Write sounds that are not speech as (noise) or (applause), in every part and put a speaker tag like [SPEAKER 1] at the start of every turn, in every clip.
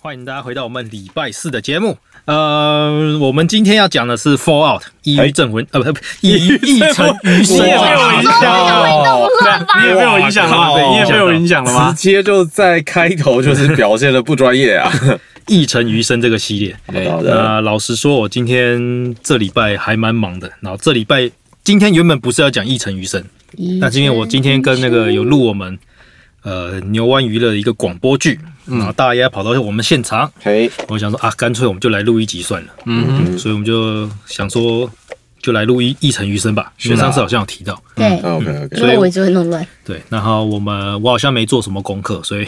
[SPEAKER 1] 欢迎大家回到我们礼拜四的节目。呃，我们今天要讲的是《Fallout》抑郁症文，呃，不，抑郁症于心
[SPEAKER 2] 你也被我
[SPEAKER 1] 啊
[SPEAKER 2] 影响了，你也被我影响了
[SPEAKER 1] 哇
[SPEAKER 2] 吗？你也被我影响了
[SPEAKER 3] 直
[SPEAKER 2] 吗？
[SPEAKER 3] 接就在开头就是表现的不专业
[SPEAKER 1] (laughs)
[SPEAKER 3] 啊！
[SPEAKER 1] 一城余生这个系列。
[SPEAKER 3] 好的，
[SPEAKER 1] 那老实说，我今天这礼拜还蛮忙的。然后这礼拜今天原本不是要讲一城余生，但是因为我今天跟那个有录我们呃牛湾娱乐的一个广播剧，然后大家跑到我们现场，
[SPEAKER 3] 嘿，
[SPEAKER 1] 我想说啊，干脆我们就来录一集算了。
[SPEAKER 2] 嗯，
[SPEAKER 1] 所以我们就想说，就来录一一城余生吧。因为上次好像有提到，
[SPEAKER 4] 对，
[SPEAKER 3] OK
[SPEAKER 1] 嗯
[SPEAKER 4] 因
[SPEAKER 3] OK，
[SPEAKER 4] 为我一直会弄乱，
[SPEAKER 1] 对。然后我们我好像没做什么功课，所以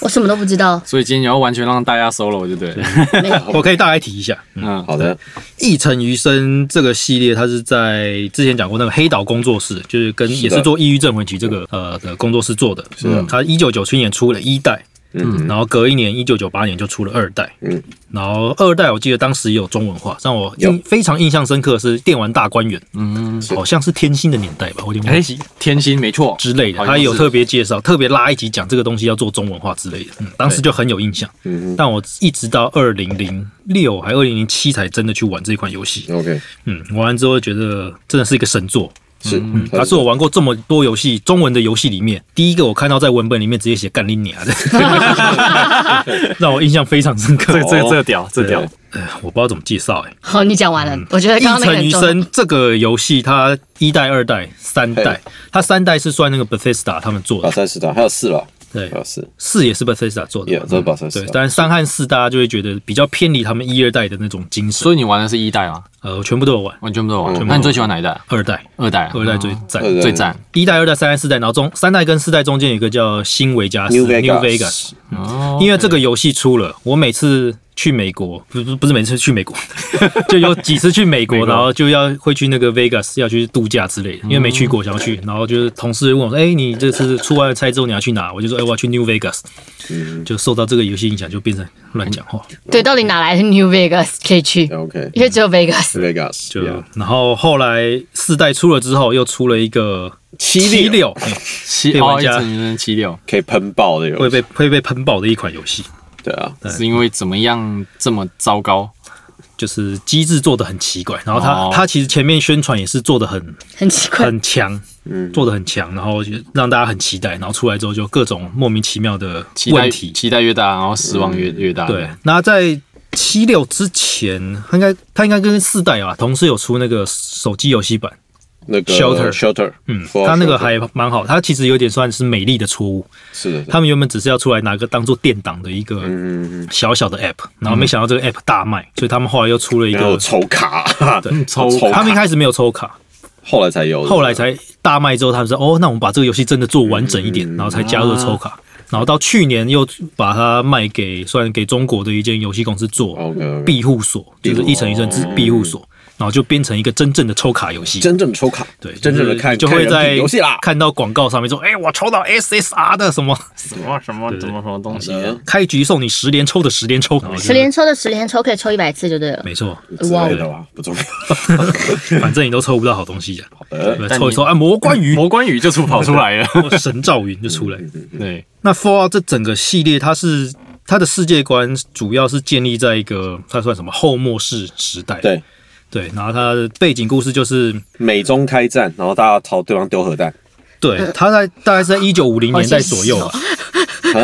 [SPEAKER 4] 我什么都不知道。
[SPEAKER 2] (laughs) 所以今天你要完全让大家 solo 就 (laughs) 对了。
[SPEAKER 1] (laughs) 我可以大概提一下，嗯，
[SPEAKER 2] 嗯，
[SPEAKER 3] 好的，
[SPEAKER 1] 一城余生这个系列，它是在之前讲过那个黑岛工作室，就是跟也是做抑郁症魂曲这个呃的工作室做的。是
[SPEAKER 3] 的
[SPEAKER 1] 它一九九七年出了一代，
[SPEAKER 3] 嗯
[SPEAKER 1] 然后隔一年一九九八年就出了二代，
[SPEAKER 3] 嗯，
[SPEAKER 1] 然后二代我记得当时也有中文化，让我
[SPEAKER 3] 有
[SPEAKER 1] 印非常印象深刻的是电玩大观园，嗯，好像是天星的年代吧，我有点
[SPEAKER 2] 哎
[SPEAKER 1] 忘记。，
[SPEAKER 2] 天心没错，
[SPEAKER 1] 之类的，
[SPEAKER 2] 好
[SPEAKER 1] 他
[SPEAKER 2] 像
[SPEAKER 1] 也有
[SPEAKER 2] 是
[SPEAKER 1] 特别介绍，特别拉一集讲这个东西要做中文化之类的，嗯，当时就很有印象。
[SPEAKER 3] 嗯
[SPEAKER 1] 但我一直到二零零六还二零零七才真的去玩这款游戏，
[SPEAKER 3] ，OK，
[SPEAKER 1] 嗯，玩完之后觉得真的是一个神作，
[SPEAKER 3] 是，
[SPEAKER 1] 它是我玩过这么多游戏中文的游戏里面第一个我看到在文本里面直接写干你娘
[SPEAKER 4] (laughs)
[SPEAKER 1] 的，让我印象非常深刻。
[SPEAKER 2] 这这这屌，这屌
[SPEAKER 1] 呃
[SPEAKER 3] 对，
[SPEAKER 1] 我不知道怎么介绍哎、
[SPEAKER 4] 好，你讲完
[SPEAKER 3] 嗯
[SPEAKER 4] 了，我觉得
[SPEAKER 1] 一
[SPEAKER 4] 刚刚那个
[SPEAKER 1] 城
[SPEAKER 4] 很
[SPEAKER 1] 余
[SPEAKER 4] 重要。
[SPEAKER 1] 生这个游戏，它一代、二代、三代，它三代是算那个 Bethesda 他们
[SPEAKER 4] 啊
[SPEAKER 1] 做
[SPEAKER 3] 把
[SPEAKER 1] 的，
[SPEAKER 3] 三十打，还有四了，
[SPEAKER 1] 对
[SPEAKER 3] 还，有四，
[SPEAKER 1] 四也是 Bethesda 做的嘛嗯
[SPEAKER 3] Yeah，都是 Bethesda
[SPEAKER 1] 对，当然三和四大家就会觉得比较偏离他们一二代的那种精神。
[SPEAKER 2] 所以你玩的是一代吗？
[SPEAKER 1] 呃，我全部都有玩，
[SPEAKER 2] 完全不都玩
[SPEAKER 1] 嗯。
[SPEAKER 2] 那你最喜欢哪一代？
[SPEAKER 1] 二代，
[SPEAKER 2] 二代啊，
[SPEAKER 1] 二代最赞。
[SPEAKER 3] 二代
[SPEAKER 2] 最赞。
[SPEAKER 1] 一代、二代、三代、四代，然后中三代跟四代中间有一个叫新维加斯
[SPEAKER 3] New
[SPEAKER 1] Vegas，
[SPEAKER 3] Vegas
[SPEAKER 2] 哦
[SPEAKER 1] 因为这个游戏出了，我每次去美国，不不不是每次去美国，就有几次去美国，
[SPEAKER 2] 美国
[SPEAKER 1] 然后就要会去那个 Vegas 要去度假之类的，因为没去过想要去，然后就是同事问我说：“哎、你这次出完差之后你要去哪？”我就说：“哎、我要去 New Vegas。”就
[SPEAKER 3] 嗯
[SPEAKER 1] 受到这个游戏影响，就变成乱讲话。
[SPEAKER 4] 对，到底哪来的 New Vegas 可以去？
[SPEAKER 3] ，OK，
[SPEAKER 4] 因为只有 Vegas。
[SPEAKER 3] Vegas，
[SPEAKER 1] 就
[SPEAKER 3] yeah
[SPEAKER 1] 然后后来四代出了之后，又出了一个七六，哎
[SPEAKER 2] 七
[SPEAKER 1] 对
[SPEAKER 2] 哦，
[SPEAKER 1] 玩
[SPEAKER 2] 一
[SPEAKER 1] 家
[SPEAKER 2] 层一层七六，
[SPEAKER 3] 可以喷爆的
[SPEAKER 1] 会
[SPEAKER 3] 游戏，
[SPEAKER 1] 被会被喷爆的一款游戏。
[SPEAKER 3] 对啊，
[SPEAKER 2] 是因为怎么样这么糟糕？
[SPEAKER 1] 就是机制做的很奇怪，然后它、
[SPEAKER 2] 哦
[SPEAKER 1] 它其实前面宣传也是做的很
[SPEAKER 4] 很奇怪，
[SPEAKER 1] 很强，做的很强，然后就让大家很期待，然后出来之后就各种莫名其妙的
[SPEAKER 2] 期待
[SPEAKER 1] 问题。
[SPEAKER 2] 期待越大，然后失望越越大。
[SPEAKER 1] 对，那在七六之前，它应该它应该跟四代啊，同时有出那个手机游戏版，
[SPEAKER 3] 那个
[SPEAKER 1] Shelter
[SPEAKER 3] Shelter，
[SPEAKER 1] 嗯，
[SPEAKER 3] For
[SPEAKER 1] 它那个
[SPEAKER 3] Shelter
[SPEAKER 1] 还蛮好，它其实有点算是美丽的错误。
[SPEAKER 3] 是的，是的
[SPEAKER 1] 他们原本只是要出来拿个当做电档的一个
[SPEAKER 3] 嗯，
[SPEAKER 1] 小小的 app，然后没想到这个 app 大卖，所以他们后来又出了一
[SPEAKER 3] 然后
[SPEAKER 1] 个，
[SPEAKER 3] 嗯抽卡， (laughs)
[SPEAKER 1] 对
[SPEAKER 3] 抽卡
[SPEAKER 1] 他们一开始没有抽卡，
[SPEAKER 3] 后来才有的，
[SPEAKER 1] 后来才大卖之后，他们说哦，那我们把这个游戏真的做完整一
[SPEAKER 3] 嗯
[SPEAKER 1] 点，然后才加入了抽卡。
[SPEAKER 3] 啊
[SPEAKER 1] 然后到去年又把它卖给算给中国的一间游戏公司做
[SPEAKER 3] OK，
[SPEAKER 1] 庇护所，就是
[SPEAKER 3] 庇护哦
[SPEAKER 1] 一层一层之庇护所，然后就变成一个真正的抽卡游戏。
[SPEAKER 3] 真正抽卡，
[SPEAKER 1] 对，
[SPEAKER 3] 真正的
[SPEAKER 1] 就是
[SPEAKER 3] 看
[SPEAKER 1] 就
[SPEAKER 3] 看
[SPEAKER 1] 会
[SPEAKER 3] 人
[SPEAKER 1] 在
[SPEAKER 3] 品游戏啦，
[SPEAKER 1] 看到广告上面说，哎，我抽到 SSR 的什么
[SPEAKER 2] 什么什么什么什么东西
[SPEAKER 3] 嗯
[SPEAKER 1] 开局送你十连抽的十连抽，
[SPEAKER 3] 哦
[SPEAKER 1] 然后就
[SPEAKER 4] 十连抽的十连抽可以抽一百次就对了。
[SPEAKER 1] 没错，
[SPEAKER 3] 之类的吧，不重
[SPEAKER 1] (laughs)
[SPEAKER 3] 要，
[SPEAKER 1] 反正你都抽不到好东西的，
[SPEAKER 3] 呃，
[SPEAKER 1] 对吧
[SPEAKER 2] 但
[SPEAKER 1] 抽一
[SPEAKER 2] 你
[SPEAKER 1] 抽啊， (laughs) 魔关羽
[SPEAKER 2] 魔关羽就出跑出来了。
[SPEAKER 1] 或神赵云就出来。
[SPEAKER 2] (laughs) 对，
[SPEAKER 1] 那 Fallout 这整个系列，它是它的世界观主要是建立在一个它算什么后末世时代，
[SPEAKER 3] 对，
[SPEAKER 1] 对，然后它的背景故事就是，
[SPEAKER 3] 美中开战，然后大家朝对方丢核
[SPEAKER 1] (laughs)
[SPEAKER 3] 弹，
[SPEAKER 1] 对，它在大概是在一九五零年代左右
[SPEAKER 4] 好
[SPEAKER 1] 啊，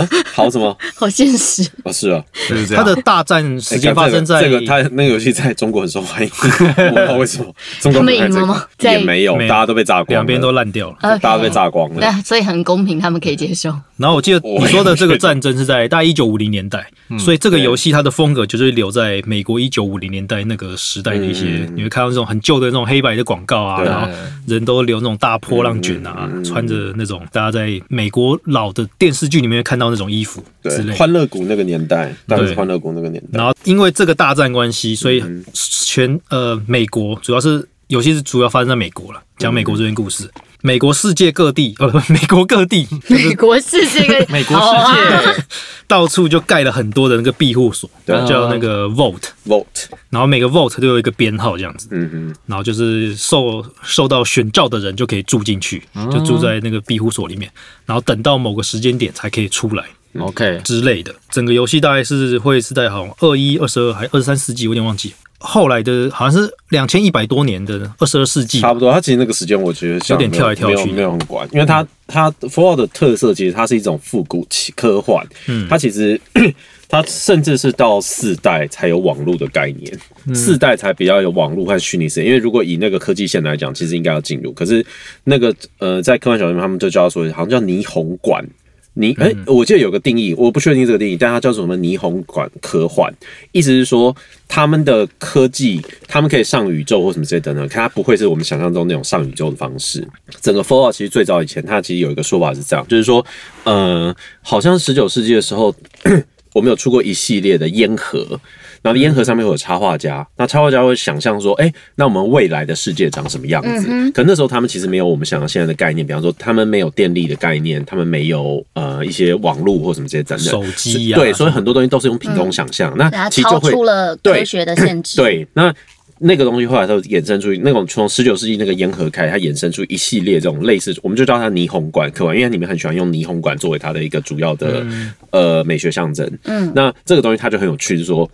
[SPEAKER 3] 啊，好什么？
[SPEAKER 4] 好现实，
[SPEAKER 3] 哦，
[SPEAKER 1] (laughs)
[SPEAKER 3] 是啊，
[SPEAKER 2] 就是这
[SPEAKER 1] 它
[SPEAKER 2] 样。
[SPEAKER 1] 的大战时间
[SPEAKER 3] 哎
[SPEAKER 1] 发
[SPEAKER 3] 干
[SPEAKER 1] 生在
[SPEAKER 3] 这个，这个他那个游戏在中国很受
[SPEAKER 1] (laughs)
[SPEAKER 3] 欢迎，我不知道为什么。中国很
[SPEAKER 4] 他们
[SPEAKER 3] 爱
[SPEAKER 4] 赢
[SPEAKER 3] 这
[SPEAKER 4] 了
[SPEAKER 3] 个
[SPEAKER 4] 吗
[SPEAKER 3] 也
[SPEAKER 4] 在
[SPEAKER 3] 没有，
[SPEAKER 1] 没有
[SPEAKER 3] 大家都被炸光了，
[SPEAKER 1] 两边都烂掉了。
[SPEAKER 4] OK
[SPEAKER 3] 大家都被炸光了。
[SPEAKER 4] 那所以很公平，他们可以接受。
[SPEAKER 1] 然后我记得
[SPEAKER 3] 我
[SPEAKER 1] 你说的这个战争是在大概一九五零年代，
[SPEAKER 3] 嗯
[SPEAKER 1] 所以这个游戏它的风格就是留在美国一九五零年代那个时代的一些，你会看到那种很旧的那种黑白的广告啊，
[SPEAKER 3] 嗯对嗯
[SPEAKER 1] 然后人都留那种大波浪卷啊，穿着那种大家在美国老的电视剧里面会看到那种衣服之类
[SPEAKER 3] 对，
[SPEAKER 1] 的。
[SPEAKER 3] 欢乐谷那个年代，当然是
[SPEAKER 1] 对
[SPEAKER 3] 欢乐谷那个年代。
[SPEAKER 1] 然后因为这个大战关系，所以
[SPEAKER 3] 嗯
[SPEAKER 1] 全呃美国主要是游戏是主要发生在美国了，讲美国这边故事。
[SPEAKER 3] 嗯
[SPEAKER 1] 美国世界各地，呃，不，美 (laughs) 国各地
[SPEAKER 4] (laughs) 美国世界跟
[SPEAKER 2] 美国世
[SPEAKER 4] 好啊
[SPEAKER 2] (laughs) 界，
[SPEAKER 1] 到处就盖了很多的那个庇护所，
[SPEAKER 3] 对
[SPEAKER 1] 叫那个 Vault，
[SPEAKER 3] Vote，
[SPEAKER 1] 然后每个 Vault 都有一个编号这样子，
[SPEAKER 3] 嗯哼，
[SPEAKER 1] 然后就是受受到选召的人就可以住进去，就住在那个庇护所里面，然后等到某个时间点才可以出来。
[SPEAKER 2] 哦 OK，
[SPEAKER 1] 之类的。整个游戏大概是会是在好像二一、二十二还二三世纪，我有点忘记。后来的好像是两千一百多年的二十二世纪吧，
[SPEAKER 3] 差不多，它其实那个时间我觉得像
[SPEAKER 1] 有点跳来跳去嗯
[SPEAKER 3] 没有没有很管，因为它它 For 的特色其实它是一种复古奇科幻，嗯，它其实 (clears throat) 它甚至是到四代才有网络的概念，
[SPEAKER 1] 嗯
[SPEAKER 3] 四代才比较有网络和虚拟世界。因为如果以那个科技线来讲，其实应该要进入，可是那个呃，在科幻小说里面他们就叫说好像叫霓虹管。霓哎、
[SPEAKER 1] 嗯
[SPEAKER 3] 我记得有个定义，我不确定这个定义，但它叫做什么霓虹管科幻，意思是说他们的科技，他们可以上宇宙或什么之类的呢？可它不会是我们想象中那种上宇宙的方式。整个 Fallout 其实最早以前，它其实有一个说法是这样，就是说，呃，好像十九世纪的时候， (clears throat) 我们有出过一系列的烟盒，然后烟盒上面会有插画家，那插画家会想象说，哎、那我们未来的世界长什么样子？可那时候他们其实没有我们想象现在的概念，比方说他们没有电力的概念，他们没有呃一些网络或什么这些等等，
[SPEAKER 1] 手机啊呀
[SPEAKER 3] 对，所以很多东西都是用凭空想象，那
[SPEAKER 4] 嗯它
[SPEAKER 3] 其实就
[SPEAKER 4] 超
[SPEAKER 3] 会
[SPEAKER 4] 出了科学的限制。，
[SPEAKER 3] 对，那那个东西后来它衍生出那种从十九世纪那个沿河开，它衍生出一系列这种类似，我们就叫它霓虹管科幻，因为它里面很喜欢用霓虹管作为它的一个主要的、呃美学象征。嗯，那这个东西它就很有趣，是说。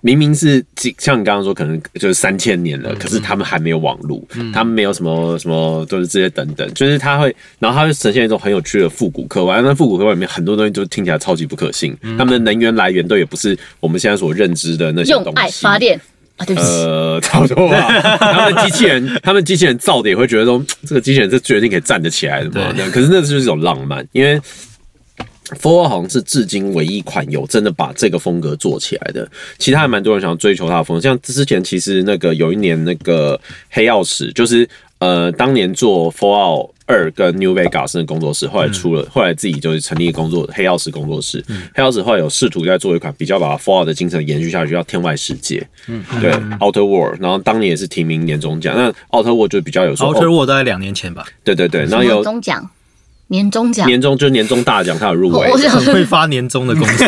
[SPEAKER 3] 明明是几像你刚刚说，可能就是三千年了，可是他们还没有网络，他们没有什么什么，就是这些等等，就是它会，然后它会呈现一种很有趣的复古科幻。那复古科幻里面很多东西就听起来超级不可信，他们的能源来源都也不是我们现在所认知的那些
[SPEAKER 4] 用
[SPEAKER 3] 东西。
[SPEAKER 4] 爱发电啊，对不起，
[SPEAKER 3] 呃， (laughs) 差不多吧。他们机器人，他们机器人造的也会觉得说，这个机器人是决定可以站得起来的嘛？
[SPEAKER 1] 对
[SPEAKER 3] 这样，可是那就是一种浪漫，因为 Four 好像是至今唯一一款有真的把这个风格做起来的，其他还蛮多人想要追求它的风格。像之前其实那个有一年那个黑曜石，就是呃当年做 Fallout 二跟 New Vegas 的工作室，后来出了，后来自己就是成立工作黑曜石工作室。黑曜石后来有试图在做一款比较把 Fallout 的精神延续下去，叫天外世界，嗯，对，Outer World，然后当年也是提名年终奖。那 Outer 嗯 World 就比较有说，
[SPEAKER 1] Outer
[SPEAKER 3] 哦
[SPEAKER 1] World 大概两年前吧，
[SPEAKER 3] 对对对，然后
[SPEAKER 4] 年
[SPEAKER 3] 有
[SPEAKER 4] 终奖，年终奖，
[SPEAKER 3] 年终就是年终大奖，它有入
[SPEAKER 4] 我
[SPEAKER 3] 围
[SPEAKER 4] 我。想
[SPEAKER 1] 很
[SPEAKER 3] (laughs)
[SPEAKER 1] 会发年终的公司，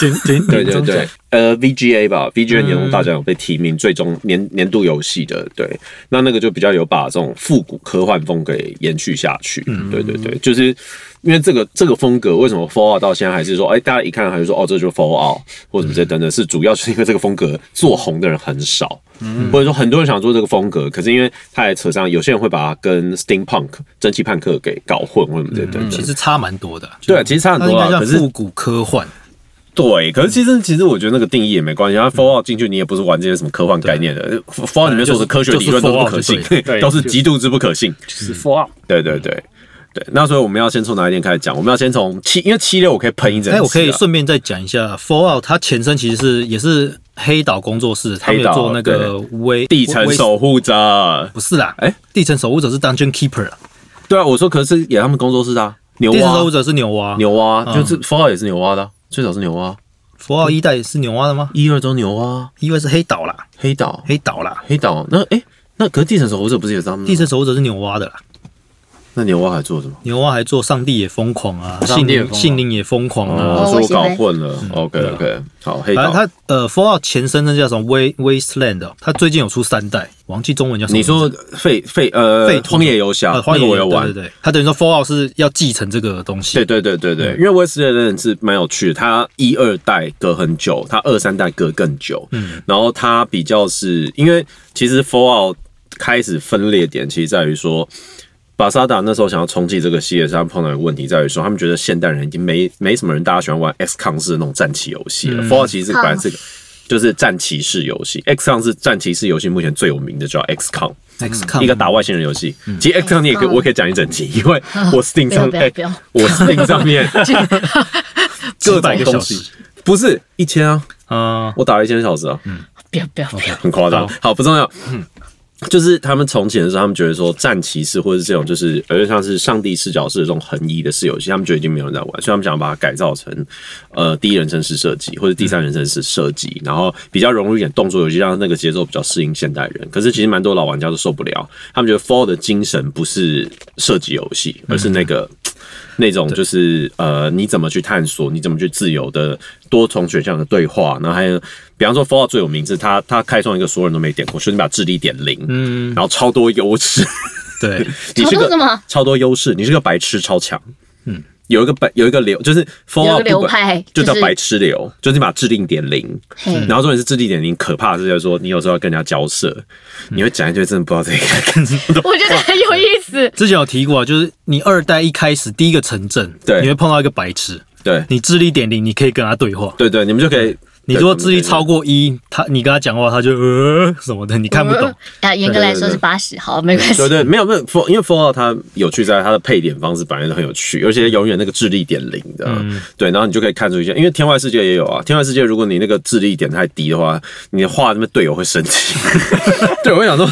[SPEAKER 1] 年年
[SPEAKER 3] 对
[SPEAKER 1] 年
[SPEAKER 3] 对
[SPEAKER 1] 终奖
[SPEAKER 3] 对，嗯呃，VGA 吧，VGA 年终大奖有被提名最终年年度游戏的，对，那那个就比较有把这种复古科幻风给延续下去，对对对，就是因为这个这个风格，为什么 Fallout 到现在还是说，哎、大家一看还是说，哦，这就是 Fallout 或者什么这等等，是主要是因为这个风格做红的人很少，或者说很多人想做这个风格，可是因为它还扯上有些人会把它跟 Steampunk 蒸汽朋克给搞混或者什么这等等，
[SPEAKER 1] 其实差蛮多的。
[SPEAKER 3] 对其实差很多
[SPEAKER 1] 它
[SPEAKER 3] 啊
[SPEAKER 1] 应该
[SPEAKER 3] 可
[SPEAKER 1] 叫
[SPEAKER 3] 是
[SPEAKER 1] 复古科幻，
[SPEAKER 3] 对，可是其实其实我觉得那个定义也没关系。它 Fallout 进去，你也不是玩这些什么科幻概念的，Fallout 里面所有的科学理论都不可信
[SPEAKER 1] 就是
[SPEAKER 3] (laughs)
[SPEAKER 2] Fallout 就对，了
[SPEAKER 3] 都是嗯极度之不可信。
[SPEAKER 2] 是 Fallout，
[SPEAKER 3] 对对对对，那所以我们要先从哪一点开始讲？我们要先从七，因为七六我可以喷一整集啊。
[SPEAKER 1] 哎，我可以顺便再讲一下，Fallout 它前身其实是也是黑岛工作室，他们有做那个微
[SPEAKER 3] 地层，
[SPEAKER 1] 微
[SPEAKER 3] 守护者。
[SPEAKER 1] 不是啦，
[SPEAKER 3] 哎
[SPEAKER 1] 地层守护者是 Dungeon Keeper 啦，
[SPEAKER 3] 对啊，我说可是也他们工作室的啊，牛
[SPEAKER 1] 地层守护
[SPEAKER 3] 蛙
[SPEAKER 1] 者是牛蛙，
[SPEAKER 3] 牛蛙
[SPEAKER 1] 嗯
[SPEAKER 3] 就是 Fallout 也是牛蛙的啊，最早是牛蛙，
[SPEAKER 1] Fallout 一代是牛蛙的吗？
[SPEAKER 3] 一二都牛蛙，
[SPEAKER 1] 因为是黑岛啦，
[SPEAKER 3] 黑岛
[SPEAKER 1] 黑岛啦，
[SPEAKER 3] 黑岛那哎。那可是地层守护者不是也是他们的吗？
[SPEAKER 1] 地层守护者是牛蛙的啦，
[SPEAKER 3] 那牛蛙还做什么？
[SPEAKER 1] 牛蛙还做上帝也疯狂啊，
[SPEAKER 2] 上
[SPEAKER 1] 心
[SPEAKER 2] 帝也
[SPEAKER 1] 灵
[SPEAKER 2] 疯狂
[SPEAKER 1] 心灵也疯狂啊
[SPEAKER 3] 哦，，
[SPEAKER 4] 哦
[SPEAKER 3] 所以嗯
[SPEAKER 4] 我
[SPEAKER 3] 我
[SPEAKER 4] 喜欢
[SPEAKER 3] 搞混了。OK OK，好，黑
[SPEAKER 1] 反正。
[SPEAKER 3] 岛
[SPEAKER 1] 它呃，Fallout 前身那叫什么 Way Wasteland，哦它最近有出三代，忘记中文叫什么名
[SPEAKER 3] 你
[SPEAKER 1] 字。
[SPEAKER 3] 说废废呃
[SPEAKER 1] 废土
[SPEAKER 3] 荒野游侠，
[SPEAKER 1] 呃，荒野
[SPEAKER 3] 那
[SPEAKER 1] 游
[SPEAKER 3] 个我有玩
[SPEAKER 1] 对。对对，它等于说 Fallout 是要继承这个东西。
[SPEAKER 3] 对对对对对，
[SPEAKER 1] 嗯
[SPEAKER 3] 因为威斯人是蛮有趣的，他一二代隔很久，他二三代隔更久，嗯，然后他比较是因为其实 Fallout 开始分裂点，其实在于说，巴萨达那时候想要重启这个系列，他们碰到一个问题在于说，他们觉得现代人已经没没什么人大家喜欢玩 XCOM 式的那种战棋游戏了、
[SPEAKER 1] 嗯
[SPEAKER 3] f a l l o u t 其实本来是个就是战棋式游戏，XCOM 是战棋式游戏目前最有名的叫 XCOM。
[SPEAKER 1] ，XCOM
[SPEAKER 3] 一个打外星人游戏。其实 X 上你也可以，
[SPEAKER 4] 嗯
[SPEAKER 3] 我可以讲一整集，因为我 Steam
[SPEAKER 4] 不要
[SPEAKER 3] 上，
[SPEAKER 4] 不要
[SPEAKER 3] 哎
[SPEAKER 4] 不要，
[SPEAKER 3] 我 Steam 上
[SPEAKER 4] (laughs)
[SPEAKER 3] 面各
[SPEAKER 1] 几百个
[SPEAKER 3] 种东
[SPEAKER 1] 小时
[SPEAKER 3] 西，不是一千啊，
[SPEAKER 1] 啊，
[SPEAKER 3] 我打了一千小时啊，
[SPEAKER 4] 不要不要不
[SPEAKER 3] (laughs)
[SPEAKER 4] 要，
[SPEAKER 3] 很夸张
[SPEAKER 1] 好。
[SPEAKER 3] 好，不重要。就是他们重启的时候，他们觉得说战骑士或者这种就是而且像是上帝视角式的这种横移的式游戏，他们觉得已经没有人在玩，所以他们想把它改造成呃第一人称式射击或者第三人称式射击，然后比较融入一点动作游戏，让那个节奏比较适应现代人。可是其实蛮多老玩家都受不了，他们觉得 Fall 的精神不是射击游戏，而是那个。那种就是呃，你怎么去探索，你怎么去自由的多重选项的对话，然后还有，比方说 Fallout 最有名是它它开创一个所有人都没点过，就是你把智力点零，
[SPEAKER 1] 嗯，
[SPEAKER 3] 然后超多优势， (laughs)
[SPEAKER 1] 对，
[SPEAKER 3] 你
[SPEAKER 4] 好
[SPEAKER 3] 是
[SPEAKER 4] 多
[SPEAKER 3] 个
[SPEAKER 4] 什么？
[SPEAKER 3] 超多优势，你是个白痴超强。嗯，有一个白有一个流，就是
[SPEAKER 4] 有
[SPEAKER 3] Fallout
[SPEAKER 4] 一个流
[SPEAKER 3] 不本
[SPEAKER 4] 派
[SPEAKER 3] 就叫
[SPEAKER 4] 就是
[SPEAKER 3] 白痴流，就是你把制定点零，
[SPEAKER 4] 嘿，
[SPEAKER 3] 然后重点是制定点零可怕的是就是说你有时候要跟人家交涉，
[SPEAKER 1] 嗯
[SPEAKER 3] 你会讲一句真的不知道自己该干什么。
[SPEAKER 4] 我觉得很有意思。
[SPEAKER 1] 之前有提过啊，就是你二代一开始第一个城镇，
[SPEAKER 3] 对
[SPEAKER 1] 你会碰到一个白痴，
[SPEAKER 3] 对
[SPEAKER 1] 你智力点零，你可以跟他对话。
[SPEAKER 3] 对对，你们就可以。
[SPEAKER 1] 你如果智力超过一，他你跟他讲话，他就呃什么的，你看不懂。
[SPEAKER 4] 啊，严格来说
[SPEAKER 3] 对对
[SPEAKER 4] 是
[SPEAKER 3] 对
[SPEAKER 4] 八十，好，没关系
[SPEAKER 3] 对。对，没有没有 f o 因为 Fallout 它有趣在它的配点方式本来就很有趣，而且永远那个智力点零的，对，然后你就可以看出一些，因为天外世界也有啊，天外世界如果你那个智力点太低的话，你画那边队友会生气， (laughs) 对，我会想 (laughs) 说，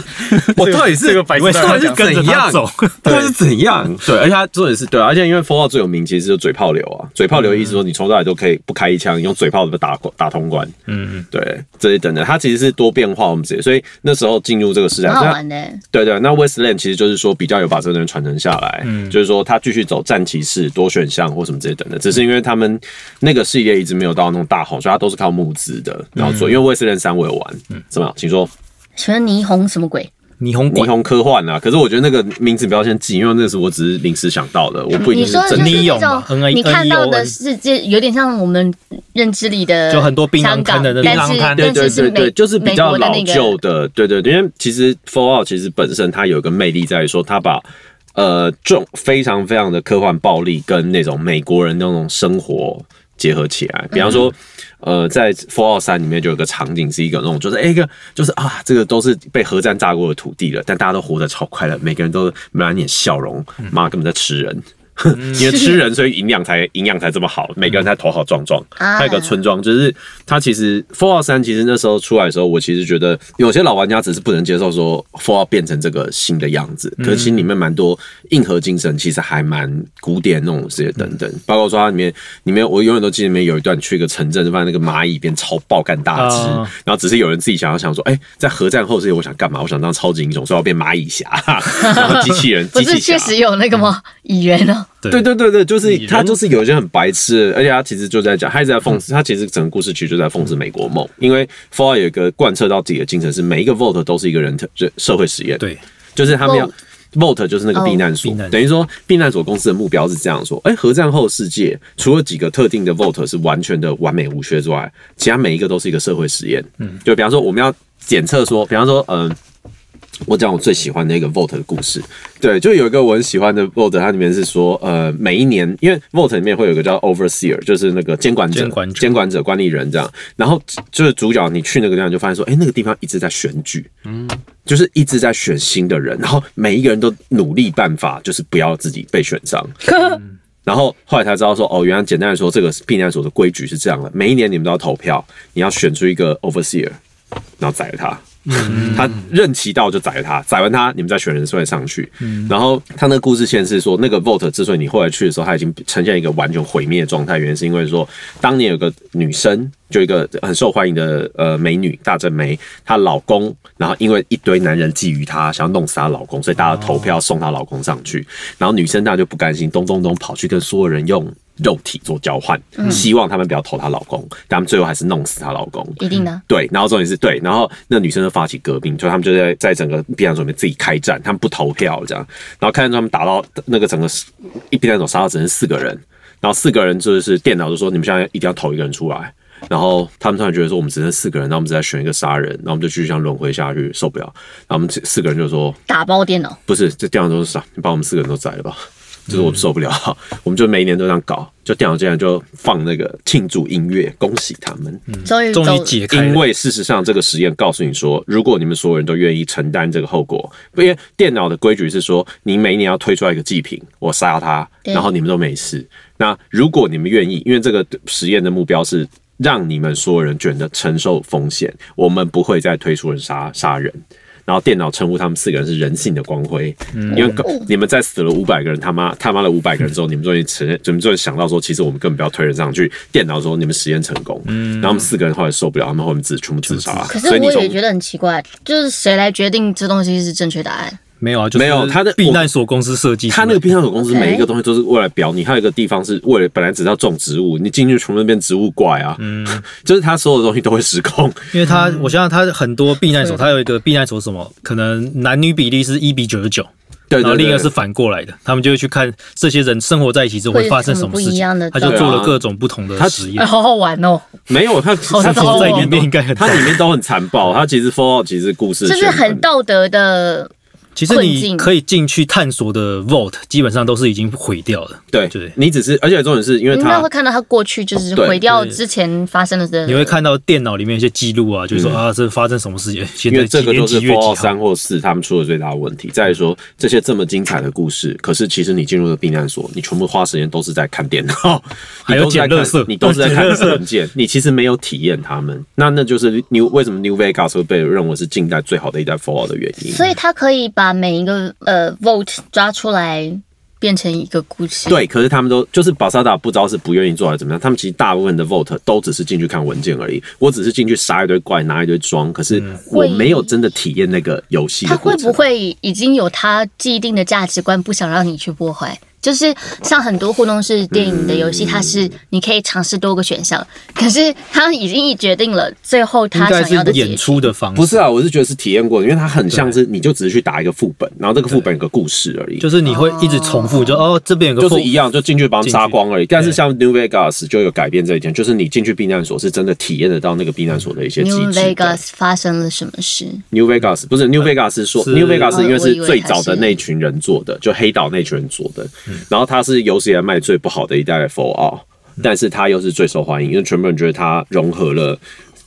[SPEAKER 3] 我到底是
[SPEAKER 2] 这个白痴
[SPEAKER 3] 我到底是
[SPEAKER 1] 在干嘛
[SPEAKER 3] 怎
[SPEAKER 1] 跟着他
[SPEAKER 3] 样
[SPEAKER 1] 走，
[SPEAKER 3] 到底是怎样，对，而且它重点是对啊，而且因为 Fallout 最有名其实就是嘴炮流啊，嘴炮流意思说你从头到尾都可以不开一枪，你用嘴炮的打打通关，
[SPEAKER 1] 嗯，
[SPEAKER 3] 对，这些等等，它其实是多变化，我们直接，所以那时候进入这个时代，
[SPEAKER 4] 蛮好
[SPEAKER 3] 所以它
[SPEAKER 4] 玩的，
[SPEAKER 3] 啊对对，那 Westland 其实就是说比较有把这个东西传承下来，就是说他继续走战骑士多选项或什么之类等等，只是因为他们那个系列一直没有到那种大红，所以他都是靠募资的然后做。因为 Westland 三我有玩，怎么样？请说
[SPEAKER 4] 什么霓虹什么鬼？
[SPEAKER 1] 霓虹
[SPEAKER 3] 霓
[SPEAKER 1] 管，
[SPEAKER 3] 虹科幻啊，可是我觉得那个名字不要先记，因为那是我只是临时想到的，我不一
[SPEAKER 4] 你
[SPEAKER 3] 定是
[SPEAKER 4] 说的就
[SPEAKER 3] 真的。
[SPEAKER 4] 是那
[SPEAKER 1] Neon 吧
[SPEAKER 4] 种你看到的世界，有点像我们认知里的
[SPEAKER 1] 就很多槟榔
[SPEAKER 4] 香港
[SPEAKER 1] 摊的那种
[SPEAKER 4] 但
[SPEAKER 2] 槟榔
[SPEAKER 4] 是
[SPEAKER 2] 摊
[SPEAKER 4] 但
[SPEAKER 3] 对
[SPEAKER 4] 是
[SPEAKER 3] 对
[SPEAKER 4] 是
[SPEAKER 3] 对，
[SPEAKER 4] 美
[SPEAKER 3] 就是比较
[SPEAKER 4] 美国的
[SPEAKER 3] 老
[SPEAKER 4] 那个
[SPEAKER 3] 旧的，对对对，因为其实 Fallout 其实本身它有一个魅力在于说，它把呃重非常非常的科幻暴力跟那种美国人那种生活。结合起来，比方说，
[SPEAKER 4] 嗯
[SPEAKER 3] 呃，在《Fallout 三》里面就有个场景是一个那种，就是哎、一个就是啊，这个都是被核战炸过的土地了，但大家都活得超快乐，每个人都满脸笑容，
[SPEAKER 4] 嗯
[SPEAKER 3] 妈根本在吃人， (laughs) 因为吃人所以营养才营养才这么好，每个人才头好壮壮。
[SPEAKER 4] 嗯啊
[SPEAKER 3] 还有一个村庄，就是它其实 Fallout 三其实那时候出来的时候，我其实觉得有些老玩家只是不能接受说 Fallout 变成这个新的样子，可是心里面蛮多硬核精神，其实还蛮古典那种这些等等，包括说它里面里面我永远都记得里面有一段去一个城镇，发现那个蚂蚁变超爆干大只，
[SPEAKER 1] 啊
[SPEAKER 3] 然后只是有人自己想要想说，哎、在核战后这些我想干嘛？我想当超级英雄，所以我要变蚂蚁侠， (laughs) 然后机器人，
[SPEAKER 4] 不
[SPEAKER 3] 机器
[SPEAKER 4] 是
[SPEAKER 3] 侠嗯
[SPEAKER 4] 确。实有那个吗？蚁人哦，
[SPEAKER 3] 对对对对，就是
[SPEAKER 1] 人
[SPEAKER 3] 他就是有一些很白痴的，而且他其实就在讲，他一直在讽刺，他其实整个故事其实就在讽刺美国梦，因为 Fallout 有一个贯彻到底的精神是每一个 vote 都是一个人特社社会实验，，
[SPEAKER 1] 对，
[SPEAKER 3] 就是他们要
[SPEAKER 4] Vote。
[SPEAKER 3] vote 就是那个
[SPEAKER 4] 哦
[SPEAKER 3] 避难所
[SPEAKER 1] 避难所
[SPEAKER 3] 等于说避难所公司的目标是这样说：，哎、核战后世界除了几个特定的 vote 是完全的完美无缺之外，其他每一个都是一个社会实验。嗯，就比方说我们要检测说，比方说，嗯、我讲我最喜欢的一个 Vote 的故事，对，就有一个我很喜欢的 Vote，它里面是说，呃，每一年，因为 Vote 里面会有一个叫 Overseer，就是那个监管者、
[SPEAKER 1] 监管者
[SPEAKER 3] 者管理人这样。然后就是主角，你去那个地方就发现说，哎、那个地方一直在选举，嗯，就是一直在选新的人，然后每一个人都努力办法，就是不要自己被选上。然后后来才知道说，哦，原来简单来说，这个避难所的规矩是这样的：每一年你们都要投票，你要选出一个 overseer，然后宰了他。他任期到就宰了他，宰完他，你们再选人出来上去。然后他那个故事线是说，那个 vote 之所以你后来去的时候，他已经呈现一个完全毁灭的状态，原因是因为说，当年有个女生，就一个很受欢迎的呃美女大正梅，她老公，然后因为一堆男人觊觎她，想要弄死她老公，所以大家投票送她老公上去。然后女生当然就不甘心，咚咚咚跑去跟所有人用。肉体做交换，希望他们不要投她老公，但他们最后还是弄死她老公。
[SPEAKER 4] (laughs) 一定的。
[SPEAKER 3] 对，然后重点是对，然后那女生就发起革命，就他们就在在整个避难所里面自己开战，他们不投票这样，然后看到他们打到那个整个一避难所杀到只剩四个人，然后四个人就是电脑就说你们现在一定要投一个人出来，然后他们突然觉得说我们只剩四个人，那我们只在选一个杀人，然后我们就继续这样轮回下去，受不了，然后我们这四个人就说
[SPEAKER 4] 打包电脑，
[SPEAKER 3] 不是，这电脑都是傻，你把我们四个人都宰了吧。就是我受不了， (laughs) 我们就每一年都这样搞，就电脑竟然就放那个庆祝音乐，恭喜他们。
[SPEAKER 4] 终于
[SPEAKER 1] 终
[SPEAKER 4] 走
[SPEAKER 1] 于解开了
[SPEAKER 3] 因为事实上，这个实验告诉你说，如果你们所有人都愿意承担这个后果，因为电脑的规矩是说，你每一年要推出来一个祭品，我杀他，
[SPEAKER 4] 对
[SPEAKER 3] 然后你们都没事。那如果你们愿意，因为这个实验的目标是让你们所有人觉得承受风险，我们不会再推出人杀杀人。然后电脑称呼他们四个人是人性的光辉，因为
[SPEAKER 4] 哦
[SPEAKER 3] 你们在死了五百个人，他妈他妈了五百个人之后，你们终于承认，你们终于想到说，其实我们根本不要推人上去。电脑说你们实验成功，然后我们四个人后来受不了，他们后面自己全部自杀。
[SPEAKER 4] 可是
[SPEAKER 3] 所以你
[SPEAKER 4] 我
[SPEAKER 3] 从
[SPEAKER 4] 也觉得很奇怪，就是谁来决定这东西是正确答案？
[SPEAKER 1] 没有啊，就是
[SPEAKER 3] 没有他的
[SPEAKER 1] 避难所公司设计出来
[SPEAKER 3] 他
[SPEAKER 1] 的，
[SPEAKER 3] 那个冰箱手公司每一个东西都是为了表你，还有一个地方是为了本来只是要种植物，你进去全部变植物怪啊， (laughs) 就是他所有的东西都会失控。
[SPEAKER 1] 因为他，我想想，他很多避难所，他有一个避难所什么，可能男女比例是一比九十九，
[SPEAKER 3] 对对对
[SPEAKER 1] 然后另一个是反过来的，他们就会去看这些人生活在一起之后
[SPEAKER 4] 会
[SPEAKER 1] 会发生什么
[SPEAKER 4] 不
[SPEAKER 1] 事
[SPEAKER 4] 一
[SPEAKER 1] 情
[SPEAKER 4] 样的，
[SPEAKER 1] 他就
[SPEAKER 3] 对啊
[SPEAKER 1] 做了各种不同的
[SPEAKER 3] 他
[SPEAKER 1] 实
[SPEAKER 4] 哎
[SPEAKER 1] 验。
[SPEAKER 4] 好好玩哦，
[SPEAKER 3] 没有他
[SPEAKER 4] 好
[SPEAKER 3] 他
[SPEAKER 1] 这
[SPEAKER 4] 糟
[SPEAKER 1] 种
[SPEAKER 4] 哦
[SPEAKER 1] 在里面应该很
[SPEAKER 3] 它里面都很残暴。它其实 Fallout 其实故事
[SPEAKER 4] 这是
[SPEAKER 3] 全
[SPEAKER 4] 很道德的，
[SPEAKER 1] 其实
[SPEAKER 4] 困
[SPEAKER 1] 你
[SPEAKER 4] 境
[SPEAKER 1] 可以进去探索的 vault 基本上都是已经毁掉了，
[SPEAKER 3] 对
[SPEAKER 1] 对，
[SPEAKER 3] 你只是而且重点是因为
[SPEAKER 4] 应该
[SPEAKER 3] 它
[SPEAKER 4] 会看到他过去就是
[SPEAKER 3] 哦对
[SPEAKER 4] 毁掉之前发生的这，
[SPEAKER 1] 你会看到电脑里面一些记录啊，就是说啊，这发生什么事情，现
[SPEAKER 3] 嗯因
[SPEAKER 1] 在
[SPEAKER 3] 为
[SPEAKER 1] 几
[SPEAKER 3] 这个
[SPEAKER 1] 年
[SPEAKER 3] 都是
[SPEAKER 1] 几月
[SPEAKER 3] Fallout
[SPEAKER 1] 几
[SPEAKER 3] 三
[SPEAKER 1] 号，
[SPEAKER 3] 或四他们出的最大的问题。再来说这些这么精彩的故事，可是其实你进入了避难所，你全部花时间都是在看电脑，
[SPEAKER 1] 哦还有
[SPEAKER 3] 你都是
[SPEAKER 1] 捡
[SPEAKER 3] 在看
[SPEAKER 1] 垃圾
[SPEAKER 3] 你都是在看文件，你其实没有体验他们。那那就是 New 为什么 New Vegas 会被认为是近代最好的一代 Fallout 的原因。
[SPEAKER 4] 所以他可以把每一个呃 vote 抓出来变成一个故事，，
[SPEAKER 3] 对，可是他们都就是巴萨达不知道是不愿意做还是怎么样，他们其实大部分的 vote 都只是进去看文件而已。我只是进去杀一堆怪，拿一堆装，可是
[SPEAKER 1] 嗯
[SPEAKER 3] 我没有真的体验那个游戏
[SPEAKER 4] 他
[SPEAKER 3] 的过
[SPEAKER 4] 会
[SPEAKER 3] 程。
[SPEAKER 4] 不会已经有他既定的价值观，不想让你去破坏？就是像很多互动式电影的游戏，它是你可以尝试多个选项，可是他已经决定了最后
[SPEAKER 1] 应
[SPEAKER 4] 他
[SPEAKER 1] 该
[SPEAKER 4] 想要
[SPEAKER 1] 是
[SPEAKER 4] 的结
[SPEAKER 1] 演
[SPEAKER 4] 局。
[SPEAKER 1] 出的方式，
[SPEAKER 3] 不是啊，我是觉得是体验过的，因为它很像是你就只是去打一个副本，然后这个副本有个故事而已，
[SPEAKER 1] 就是你会一直重复，就哦这边有个
[SPEAKER 3] 就
[SPEAKER 1] 缝
[SPEAKER 3] 是一样，就进去把他们杀光而已。但是像 New Vegas 就有改变这一点，就是你进去避难所是真的体验得到那个避难所的一些机
[SPEAKER 4] New
[SPEAKER 3] 制的。
[SPEAKER 4] Vegas 发生了什么事？
[SPEAKER 3] New Vegas 不是 New Vegas 是说
[SPEAKER 1] 是
[SPEAKER 3] New Vegas
[SPEAKER 4] 哦
[SPEAKER 3] 因为
[SPEAKER 4] 我
[SPEAKER 3] 是
[SPEAKER 4] 以为
[SPEAKER 3] 最早的
[SPEAKER 4] 它是
[SPEAKER 3] 那群人做的，就黑岛那群人做的，然后它是有史以来卖最不好的一代的 Fallout，但是它又是最受欢迎，因为全部人觉得它融合了。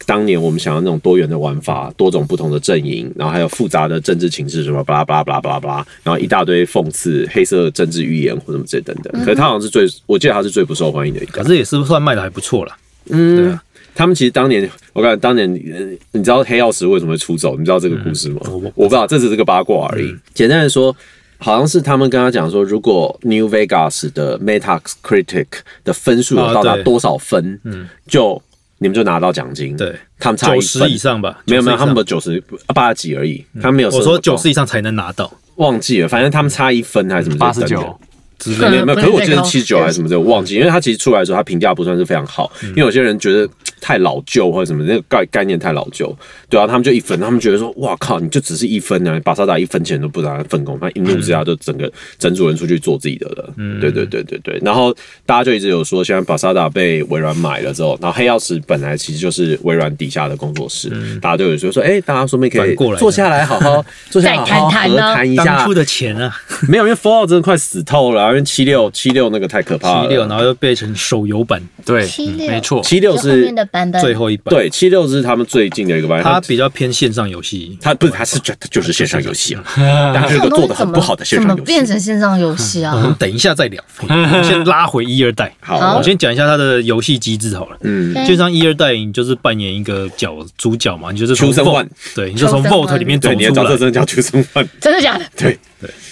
[SPEAKER 3] 当年我们想要那种多元的玩法，多种不同的阵营，然后还有复杂的政治情势什么巴拉巴拉巴拉巴拉巴拉，然后一大堆讽刺、黑色政治预言或什么这等等。
[SPEAKER 4] 嗯
[SPEAKER 3] 可是它好像是最，我记得它是最不受欢迎的一个
[SPEAKER 1] 可。是也是算卖的还不错啦。嗯，对啊，
[SPEAKER 3] 他们其实当年，我感觉当年，呃你知道黑曜石为什么会出走？你知道这个故事吗？
[SPEAKER 1] 嗯
[SPEAKER 3] 我不知道，这只是个八卦而已。简单的说，好像是他们跟他讲说，如果 New Vegas 的 Metacritic 的分数有到
[SPEAKER 1] 啊
[SPEAKER 3] 达
[SPEAKER 1] 对
[SPEAKER 3] 多少分，就你们就拿到奖金。
[SPEAKER 1] 对，
[SPEAKER 3] 他们差一
[SPEAKER 1] 九
[SPEAKER 3] 分
[SPEAKER 1] 十以。上吧，
[SPEAKER 3] 没有没
[SPEAKER 1] 90
[SPEAKER 3] 有，
[SPEAKER 1] 以上嗯
[SPEAKER 3] 他们不九十八几而已，他们没有
[SPEAKER 1] 我说九
[SPEAKER 3] 什
[SPEAKER 1] 十
[SPEAKER 3] 么
[SPEAKER 1] 以上才能拿到
[SPEAKER 3] 忘记了，反正他们差一分还是什么
[SPEAKER 2] 八十
[SPEAKER 3] 之类的
[SPEAKER 2] 九，
[SPEAKER 1] 之类
[SPEAKER 4] 嗯
[SPEAKER 1] 的。
[SPEAKER 3] 没有没有，可
[SPEAKER 4] 不
[SPEAKER 3] 是
[SPEAKER 4] 是
[SPEAKER 3] 我
[SPEAKER 4] 最
[SPEAKER 3] 记得
[SPEAKER 4] 高
[SPEAKER 3] 七九还是什么的，我忘记，因为它其实出来的时候，它评价不算是非常好，因为有些人觉得嘖太老旧或者什么，那个概概念太老旧，对啊，他们就一分，他们觉得说，哇靠，你就只是一分呢、啊，巴萨达一分钱都不拿来分工，那一怒之下就整个整组人出去做自己的了，对对对对对，然后大家就一直有说，现在巴萨达被微软买了之后，然后黑曜石本来其实就是微软底下的工作室，大家就有说说，哎、大家说不定可
[SPEAKER 1] 反
[SPEAKER 3] 以
[SPEAKER 1] 过来
[SPEAKER 3] 坐下来好好坐下来好好
[SPEAKER 4] 再谈谈
[SPEAKER 3] 和
[SPEAKER 4] 呢
[SPEAKER 3] 谈一
[SPEAKER 1] 当
[SPEAKER 3] 下
[SPEAKER 1] 初，的钱啊，
[SPEAKER 3] (laughs) 没有，因为 Fallout 真的快死透了啊、因为七六七六那个太可怕了。
[SPEAKER 1] 七六，然后又变成手游版
[SPEAKER 2] 对，
[SPEAKER 4] 七
[SPEAKER 3] 哎嗯
[SPEAKER 4] 六
[SPEAKER 2] 没错，
[SPEAKER 3] 七六
[SPEAKER 4] 就后面
[SPEAKER 3] 是
[SPEAKER 4] 的版本，
[SPEAKER 1] 最后一版，，
[SPEAKER 3] 对七六是他们最近的一个版
[SPEAKER 1] 它
[SPEAKER 3] 本，
[SPEAKER 1] 比较偏线上游戏，
[SPEAKER 3] 他不是他是就就是线上游戏啊，
[SPEAKER 1] (laughs)
[SPEAKER 3] 但是
[SPEAKER 4] 这种
[SPEAKER 3] 个
[SPEAKER 4] 东
[SPEAKER 3] 做
[SPEAKER 4] 西
[SPEAKER 3] 的
[SPEAKER 4] 怎
[SPEAKER 3] 很
[SPEAKER 4] 么
[SPEAKER 3] 不好的线
[SPEAKER 4] 怎么
[SPEAKER 3] 上游
[SPEAKER 4] 变
[SPEAKER 3] 戏。嗯
[SPEAKER 4] 成线上游戏
[SPEAKER 1] 我
[SPEAKER 4] 啊
[SPEAKER 1] 们？等一下再聊，我们先拉回一二代。
[SPEAKER 3] 好，
[SPEAKER 1] 我先讲一下它的游戏机制好了。
[SPEAKER 3] 嗯，
[SPEAKER 4] 嗯
[SPEAKER 1] 基本上一二代你就是扮演一个角主角嘛，你就是从
[SPEAKER 3] 求生
[SPEAKER 1] Vault，
[SPEAKER 3] 幻
[SPEAKER 1] 对，你就从
[SPEAKER 4] 求生幻
[SPEAKER 1] Vault 里面走
[SPEAKER 3] 对，
[SPEAKER 1] 出
[SPEAKER 3] 你的角色
[SPEAKER 1] 来，
[SPEAKER 3] 真的叫求生幻，
[SPEAKER 4] 真的假的？
[SPEAKER 3] 对，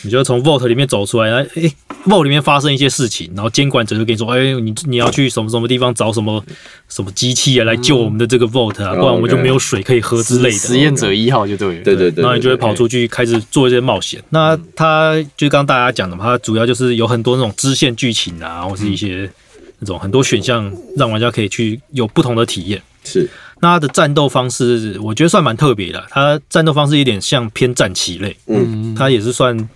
[SPEAKER 1] 你就从 Vault 里面走出来，然后诶 v a u l t 里面发生一些事情，然后监管者就跟你说，哎、你你要去什么什么地方找什么什么机器啊，来救我们的这个 Vault 啊，
[SPEAKER 3] 嗯
[SPEAKER 1] 不然我们就没有水可以喝之类的。
[SPEAKER 2] 实验者一号就对了，
[SPEAKER 3] 对对对，
[SPEAKER 1] 然后你就会跑
[SPEAKER 3] 对。嗯
[SPEAKER 1] 出去开始做一些冒险。那它就刚刚大家讲的嘛，它主要就是有很多那种支线剧情啊，或是一些那种很多选项，让玩家可以去有不同的体验。
[SPEAKER 3] 是，
[SPEAKER 1] 那它的战斗方式，我觉得算蛮特别的。它战斗方式有点像偏战棋类，
[SPEAKER 2] 嗯，
[SPEAKER 1] 它也是算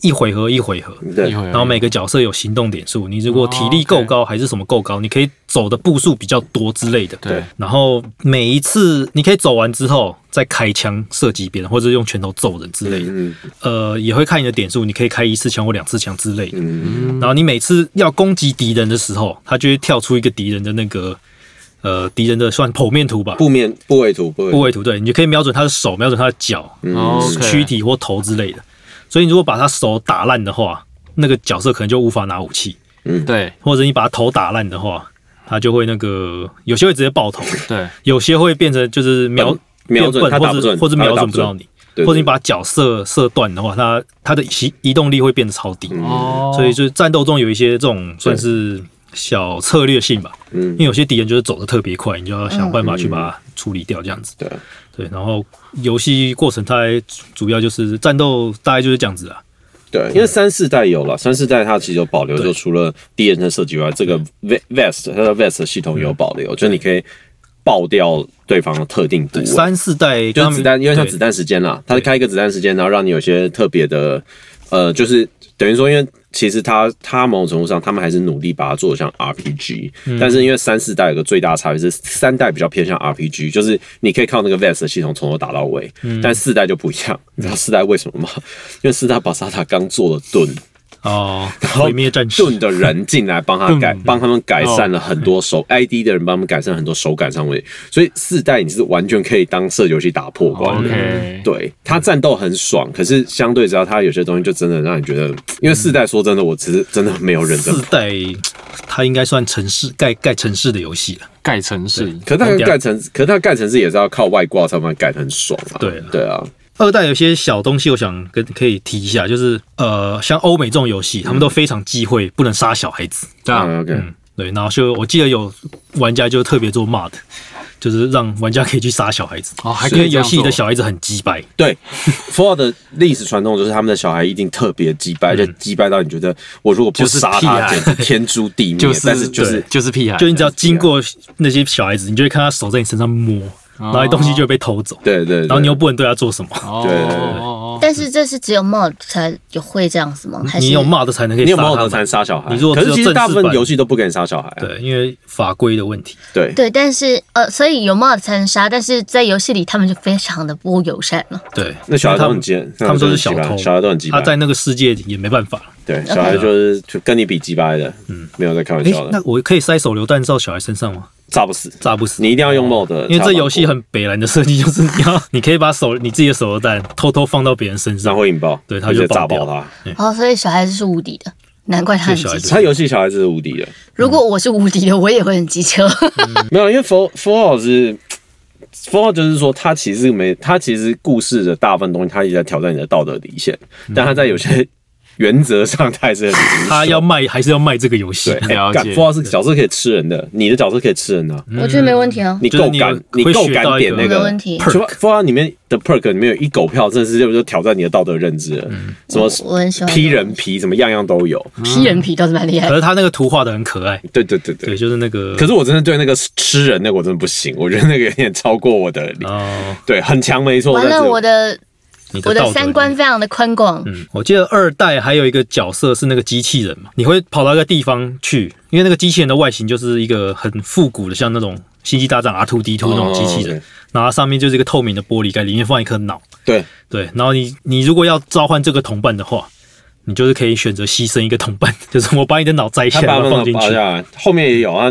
[SPEAKER 1] 一回合一回合，
[SPEAKER 3] 对
[SPEAKER 2] 一，会儿
[SPEAKER 1] 然后每个角色有行动点数，你如果体力够高还是什么够高，你可以走的步数比较多之类的。
[SPEAKER 2] 对
[SPEAKER 1] 然后每一次你可以走完之后再开枪射击别人，或者用拳头揍人之类的。
[SPEAKER 3] 嗯
[SPEAKER 1] 呃，也会看你的点数，你可以开一次枪或两次枪之类的。
[SPEAKER 3] 嗯，
[SPEAKER 1] 然后你每次要攻击敌人的时候，它就会跳出一个敌人的那个呃敌人的算剖面图吧，
[SPEAKER 3] 布面部位图部位
[SPEAKER 1] 部
[SPEAKER 3] 图，
[SPEAKER 1] 位图，对，你就可以瞄准他的手，瞄准他的脚、
[SPEAKER 3] 嗯
[SPEAKER 2] 哦
[SPEAKER 1] 躯体或头之类的。所以你如果把他手打烂的话，那个角色可能就无法拿武器，
[SPEAKER 2] 对
[SPEAKER 1] 或者你把他头打烂的话，他就会那个有些会直接爆头，
[SPEAKER 2] 对
[SPEAKER 1] 有些会变成就是瞄
[SPEAKER 3] 笨嗯瞄准
[SPEAKER 1] 变笨
[SPEAKER 3] 他打不
[SPEAKER 1] 或者
[SPEAKER 3] 准
[SPEAKER 1] 或者
[SPEAKER 3] 他打
[SPEAKER 1] 瞄准
[SPEAKER 3] 不
[SPEAKER 1] 不到
[SPEAKER 3] 准
[SPEAKER 1] 你，
[SPEAKER 3] 对
[SPEAKER 1] 或者你把脚射射断的话，他他的移移动力会变得超
[SPEAKER 3] 嗯
[SPEAKER 1] 低。
[SPEAKER 2] 哦，
[SPEAKER 1] 所以就是战斗中有一些这种算是小策略性吧，
[SPEAKER 3] 嗯
[SPEAKER 1] 因为有些敌人就是走的特别快，你就要想办法去把它处理掉，这样子。
[SPEAKER 3] 对，
[SPEAKER 1] 对，然后游戏过程它主要就是战斗，大概就是这样子啊。
[SPEAKER 3] 对，因为三四代有了，三四代它其实有保留，就除了第一人称射击外，这个 ve- vest 它的 vest 系统有保留，就是你可以。爆掉对方的特定部
[SPEAKER 1] 嗯对
[SPEAKER 3] 位。
[SPEAKER 1] 三四代
[SPEAKER 3] 就是子弹，因为像
[SPEAKER 1] 对
[SPEAKER 3] 子弹时间啦，它是开一个子弹时间，然后让你有些特别的，呃，就是等于说，因为其实它它某种程度上，他们还是努力把它做得像 RPG，、但是因为三四代有个最大的差别是，三代比较偏向 RPG，就是你可以靠那个 VS 的系统从头打到尾，但四代就不一样。你知道四代为什么吗？因为四代把萨塔刚做了盾，
[SPEAKER 1] 哦，毁灭战士，
[SPEAKER 3] 盾的人进来帮他改
[SPEAKER 1] 盾，
[SPEAKER 3] 帮他们改善了很多手 ID 的人帮他们改善很多手感上问题，所以四代你是完全可以当射游戏打破关的。
[SPEAKER 2] OK，
[SPEAKER 3] 对它战斗很爽，可是相对之下，它有些东西就真的让你觉得，因为四代说真的，我其实真的没有认真
[SPEAKER 1] 四。代它应该算城市盖盖城市的游戏了。
[SPEAKER 2] 盖城市
[SPEAKER 3] 可是它盖城，可是它盖城市也是要靠外挂才把它盖得很爽啊。
[SPEAKER 1] 对啊
[SPEAKER 3] 对啊，
[SPEAKER 1] 二代有些小东西，我想跟可以提一下，就是呃，像欧美这种游戏，他们都非常忌讳不能杀小孩子。
[SPEAKER 2] 这样
[SPEAKER 3] 嗯 OK，
[SPEAKER 1] 嗯，对，然后就我记得有玩家就特别做骂的，就是让玩家可以去杀小孩子，
[SPEAKER 2] 哦，还可
[SPEAKER 1] 因为
[SPEAKER 2] 以
[SPEAKER 1] 游戏的
[SPEAKER 2] 小
[SPEAKER 1] 小孩子很鸡掰。
[SPEAKER 3] 对 f o r 的历史传统就是他们的小孩一定特别击败，而
[SPEAKER 1] 嗯
[SPEAKER 3] 且击败到你觉得我如果不
[SPEAKER 2] 就是
[SPEAKER 3] 杀
[SPEAKER 2] 屁
[SPEAKER 3] 他，
[SPEAKER 2] 孩
[SPEAKER 3] 简直天诛
[SPEAKER 1] (laughs)
[SPEAKER 3] 地灭
[SPEAKER 2] 就。
[SPEAKER 3] 但
[SPEAKER 2] 是
[SPEAKER 3] 是就是
[SPEAKER 2] 就是屁孩，
[SPEAKER 3] 啊
[SPEAKER 1] 就你只要经过那些小孩子，你就会看他手在你身上摸，然后你东西就会被偷走，
[SPEAKER 3] 哦对对，
[SPEAKER 1] 然后你又不能对他做什么。
[SPEAKER 2] 哦
[SPEAKER 3] 对对对
[SPEAKER 2] 哦，
[SPEAKER 4] 但是这是只有 mod 才有会这样子吗？还是
[SPEAKER 1] 你有骂的才能可以
[SPEAKER 3] 你有没
[SPEAKER 1] 杀
[SPEAKER 3] 有
[SPEAKER 1] 他
[SPEAKER 3] 能才
[SPEAKER 1] 们。
[SPEAKER 3] 杀小孩？
[SPEAKER 1] 你如果
[SPEAKER 3] 可
[SPEAKER 1] 只
[SPEAKER 3] 是
[SPEAKER 1] 有
[SPEAKER 3] 其实
[SPEAKER 1] 正
[SPEAKER 3] 大
[SPEAKER 1] 式
[SPEAKER 3] 部分
[SPEAKER 1] 版
[SPEAKER 3] 游戏都不给你杀小孩啊。
[SPEAKER 1] 对，因为法规的问题。
[SPEAKER 3] 对
[SPEAKER 4] 对，但是呃，所以有 mod 才能杀，但是在游戏里他们就非常的不友善了。
[SPEAKER 1] 对，
[SPEAKER 3] 那小孩
[SPEAKER 1] 因为
[SPEAKER 3] 都
[SPEAKER 1] 他
[SPEAKER 3] 很
[SPEAKER 1] 们
[SPEAKER 3] 贱，
[SPEAKER 1] 他们都是小
[SPEAKER 3] 鸡
[SPEAKER 1] 偷
[SPEAKER 3] 巴，小孩都很鸡巴
[SPEAKER 1] 他。在那个世界也没办法。
[SPEAKER 3] 对，小孩就是就跟你比鸡掰的，嗯，没有在开玩
[SPEAKER 1] 哎
[SPEAKER 3] 笑，的
[SPEAKER 1] 那，我可以塞手榴弹到小孩身上吗？
[SPEAKER 3] 炸不死，
[SPEAKER 1] 炸不死。
[SPEAKER 3] 你一定要用 mod，
[SPEAKER 1] 哦因为这游戏很北蓝的设计， (laughs) 就是你要，你可以把手你自己的手榴弹偷偷放到别人身
[SPEAKER 3] 然
[SPEAKER 1] 上
[SPEAKER 3] 后，会引爆，
[SPEAKER 1] 对它
[SPEAKER 3] 而
[SPEAKER 1] 就
[SPEAKER 3] 且炸
[SPEAKER 1] 爆掉嗯
[SPEAKER 3] 爆它。
[SPEAKER 4] 哦，所以小孩子是无敌的，难怪他很
[SPEAKER 1] 对小孩
[SPEAKER 4] 机
[SPEAKER 1] 子
[SPEAKER 4] 车。
[SPEAKER 3] 他游戏小孩子是无敌的，
[SPEAKER 4] 如果我是无敌的，我也会很机车。
[SPEAKER 3] 没有，因为 for for 是 for 就是说他其实没，他其实故事的大部分东西，他一直在挑战你的道德底线，
[SPEAKER 1] 嗯
[SPEAKER 3] 但他在有些原则上，他还是很谨慎
[SPEAKER 1] 他要卖还是要卖这个游戏 (laughs)
[SPEAKER 3] 对，。哎
[SPEAKER 2] 了
[SPEAKER 3] 干
[SPEAKER 2] 解
[SPEAKER 3] for 是角色可以吃人的，你的角色可以吃人的啊，
[SPEAKER 4] (laughs) 我觉得没问题啊，
[SPEAKER 3] 你
[SPEAKER 1] 嗯就是
[SPEAKER 3] 够
[SPEAKER 1] 你
[SPEAKER 3] 敢，
[SPEAKER 1] 会
[SPEAKER 3] 你够
[SPEAKER 1] 学
[SPEAKER 3] 敢
[SPEAKER 1] 到一
[SPEAKER 3] 点
[SPEAKER 1] 个
[SPEAKER 3] 那
[SPEAKER 4] 没
[SPEAKER 3] 个
[SPEAKER 4] 问题。
[SPEAKER 1] perk
[SPEAKER 3] 除了 Fallout 里面的 perk 里面有一狗票，真的是就是挑战你的道德认知了，
[SPEAKER 1] 嗯
[SPEAKER 3] 什么
[SPEAKER 4] 我很喜欢
[SPEAKER 3] 披人皮，什么样样都有。
[SPEAKER 4] 批人皮倒是蛮厉害
[SPEAKER 1] 可。是他那个图画的很可爱，
[SPEAKER 3] 对对哎对
[SPEAKER 1] 对，
[SPEAKER 3] 对。
[SPEAKER 1] 就是那个。
[SPEAKER 3] 可是我真的对那个吃人那个我真的不行，我觉得那个有点超过我的理。
[SPEAKER 1] 哦，
[SPEAKER 3] 对，很强没错。
[SPEAKER 4] 嗯完
[SPEAKER 3] 但
[SPEAKER 4] 了，
[SPEAKER 3] 是
[SPEAKER 4] 我的
[SPEAKER 1] 你的
[SPEAKER 4] 我
[SPEAKER 1] 道
[SPEAKER 4] 的
[SPEAKER 1] 德
[SPEAKER 4] 三观非常的宽广。
[SPEAKER 1] 嗯，我记得二代还有一个角色是那个机器人嘛，你会跑到一个地方去，因为那个机器人的外形就是一个很复古的，像那种《星际大战》R two D two 那种机器人，
[SPEAKER 3] 哦
[SPEAKER 1] 然后它上面就是一个透明的玻璃盖，里面放一颗脑，
[SPEAKER 3] 对，
[SPEAKER 1] 对，然后你你如果要召唤这个同伴的话，你就是可以选择牺牲一个同伴， (laughs) 就是我把你的脑摘下
[SPEAKER 3] 他
[SPEAKER 1] 来
[SPEAKER 3] 把
[SPEAKER 1] 然
[SPEAKER 3] 那
[SPEAKER 1] 后放
[SPEAKER 3] 个
[SPEAKER 1] 进
[SPEAKER 3] 拔
[SPEAKER 1] 去，
[SPEAKER 3] 下来，后面也有啊，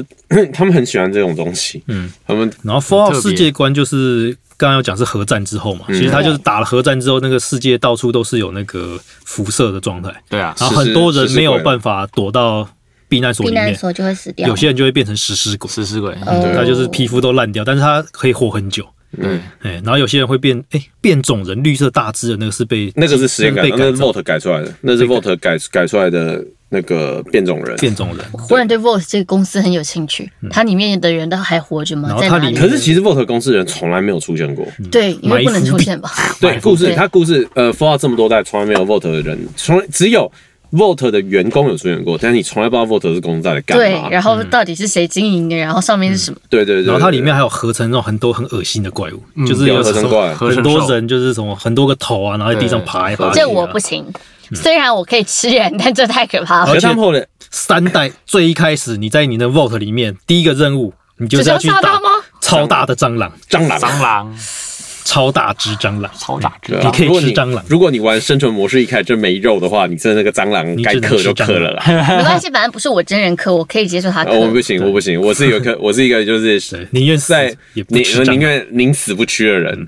[SPEAKER 3] 他们很喜欢这种东西。嗯，他们
[SPEAKER 1] 然后 Fallout
[SPEAKER 2] 很特别
[SPEAKER 1] 世界观就是刚刚有讲是核战之后
[SPEAKER 3] 嗯
[SPEAKER 1] 嘛，其实它就是打了核战之后，那个世界到处都是有那个辐射的状态，
[SPEAKER 2] 对啊，
[SPEAKER 1] 然后很多人没有
[SPEAKER 3] 食尸鬼
[SPEAKER 1] 办法躲到避难所
[SPEAKER 4] 避
[SPEAKER 1] 里
[SPEAKER 4] 难
[SPEAKER 1] 面，
[SPEAKER 4] 所就会死掉。
[SPEAKER 1] 有些人就会变成食尸鬼，
[SPEAKER 2] 食尸鬼，
[SPEAKER 4] 哦
[SPEAKER 1] 他就是皮肤都烂掉，但是他可以活很久。
[SPEAKER 3] 嗯
[SPEAKER 2] 对，
[SPEAKER 1] 哎，然后有些人会变，哎，变种人，绿色大只的那个是被
[SPEAKER 3] 那个是实验改
[SPEAKER 1] 被
[SPEAKER 3] 造，那
[SPEAKER 1] 改
[SPEAKER 3] 是
[SPEAKER 1] 造
[SPEAKER 3] Volt 改出来的，那是
[SPEAKER 1] 被
[SPEAKER 3] Volt 改改出来的那个变种人。
[SPEAKER 1] 变种人，
[SPEAKER 4] 忽然对 Voice 这个公司很有兴趣，它里面的人都还活着
[SPEAKER 1] 嗯然
[SPEAKER 4] 吗？
[SPEAKER 1] 后
[SPEAKER 4] 在
[SPEAKER 1] 它
[SPEAKER 4] 哪
[SPEAKER 1] 里
[SPEAKER 4] 里？
[SPEAKER 3] 可是其实 Volt 公司人从来没有出现过。
[SPEAKER 1] 嗯
[SPEAKER 4] 对，因为不能出现吧？
[SPEAKER 3] 对，故事
[SPEAKER 4] 对
[SPEAKER 3] 他故事呃 f o r 这么多代，从来没有 Volt 的人，从来只有 Volt 的员工有出现过，但是你从来不知道 Volt 是公司在干
[SPEAKER 4] 对
[SPEAKER 3] 嘛。，
[SPEAKER 4] 然后到底是谁经营的？然后上面是什么？
[SPEAKER 3] 对对对
[SPEAKER 1] 然后它里面
[SPEAKER 3] 还
[SPEAKER 1] 还有合成那种很多很恶心的怪物，
[SPEAKER 4] 嗯
[SPEAKER 1] 就是
[SPEAKER 3] 有
[SPEAKER 1] 有什
[SPEAKER 3] 合成
[SPEAKER 1] 么
[SPEAKER 3] 怪，
[SPEAKER 2] 合成
[SPEAKER 1] 很多
[SPEAKER 2] 兽
[SPEAKER 1] 人就是什么很多个头啊，然后在地上爬来
[SPEAKER 3] 嗯
[SPEAKER 1] 爬去啊。
[SPEAKER 4] 这我不行。虽然我可以吃人，但这太可怕
[SPEAKER 3] 可 (laughs)
[SPEAKER 4] 了
[SPEAKER 3] 是。他们后来
[SPEAKER 1] 三代最一开始你在你的 Vault 里面第一个任务，你就是要去
[SPEAKER 4] 只是要
[SPEAKER 1] 打
[SPEAKER 4] 杀它吗
[SPEAKER 1] 超大的蟑螂，
[SPEAKER 3] 蟑螂。啊
[SPEAKER 2] 蟑螂
[SPEAKER 1] 超大只蟑螂，
[SPEAKER 2] 超大只
[SPEAKER 3] 对啊
[SPEAKER 1] 你可以
[SPEAKER 3] 如果
[SPEAKER 1] 吃蟑螂
[SPEAKER 3] 如果你玩生存模式一开始就没肉的话，你真的那个蟑螂
[SPEAKER 1] 你
[SPEAKER 3] 该
[SPEAKER 1] 只能
[SPEAKER 3] 克就
[SPEAKER 1] 吃
[SPEAKER 3] 克
[SPEAKER 1] 蟑
[SPEAKER 3] 了
[SPEAKER 1] 螂 (laughs)
[SPEAKER 3] 啦。
[SPEAKER 4] 没关系，反正不是我真人磕，我可以接受他磕
[SPEAKER 3] 呃，。我不行，我不行，我是有一
[SPEAKER 1] (laughs)
[SPEAKER 3] 个，我是一个就是
[SPEAKER 1] 对，宁愿死
[SPEAKER 3] 在
[SPEAKER 1] 也不
[SPEAKER 3] 宁
[SPEAKER 1] 吃
[SPEAKER 3] 宁
[SPEAKER 1] 蟑螂。嗯
[SPEAKER 3] 愿宁死不屈的人，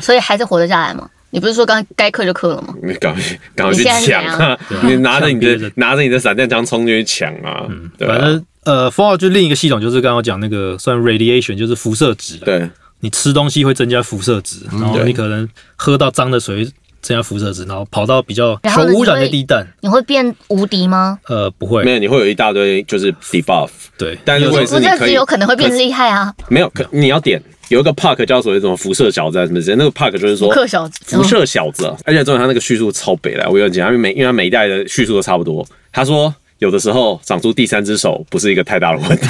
[SPEAKER 4] 所以还是活得下来吗？你不是说刚该磕就磕了吗？
[SPEAKER 3] 你赶快赶快去
[SPEAKER 4] 你现在是
[SPEAKER 3] 抢啊！你拿着你
[SPEAKER 1] 抢别
[SPEAKER 3] 的
[SPEAKER 1] 人
[SPEAKER 3] 拿着你的散弹枪冲进去抢啊！对啊
[SPEAKER 1] 反正呃，Fallout 就另一个系统就是刚刚我讲那个算 radiation，就是辐射值啊。
[SPEAKER 3] 对。嗯
[SPEAKER 1] 你吃东西会增加辐射值，然后你可能喝到脏的水增加辐射值，然后跑到比较
[SPEAKER 4] 然
[SPEAKER 1] 受
[SPEAKER 4] 后呢
[SPEAKER 1] 污染
[SPEAKER 4] 你
[SPEAKER 1] 的
[SPEAKER 4] 会
[SPEAKER 1] 地带，
[SPEAKER 4] 你会变无敌吗？
[SPEAKER 1] 呃，不
[SPEAKER 3] 没
[SPEAKER 1] 会，
[SPEAKER 3] 有，你会有一大堆就是 debuff，
[SPEAKER 1] 对，
[SPEAKER 3] 但是
[SPEAKER 1] 有时候
[SPEAKER 3] 会是
[SPEAKER 4] 我
[SPEAKER 3] 你
[SPEAKER 4] 这
[SPEAKER 3] 可
[SPEAKER 4] 只
[SPEAKER 3] 以
[SPEAKER 4] 有可能会变
[SPEAKER 3] 可
[SPEAKER 4] 厉害啊！
[SPEAKER 3] 没有，可你要点有一个 park 叫所谓什么辐射小子啊什么之类，那个 park 就是说
[SPEAKER 4] 克小子
[SPEAKER 3] 辐嗯射小子啊，而且重点他那个叙述超北来，我有点讲，因为每因为他每一代的叙述都差不多。他说有的时候长出第三只手不是一个 (laughs) 太大的问题，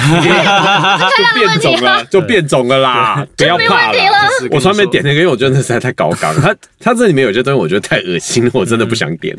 [SPEAKER 3] 就变种了，就变种了啦， (laughs) 不要怕
[SPEAKER 4] 没问题了
[SPEAKER 3] 啦。
[SPEAKER 2] 就是跟你说
[SPEAKER 3] 我上面点那个，因为我觉得那实在太高纲， (laughs) 它它这里面有些东西我觉得太恶心了，我真的不想点。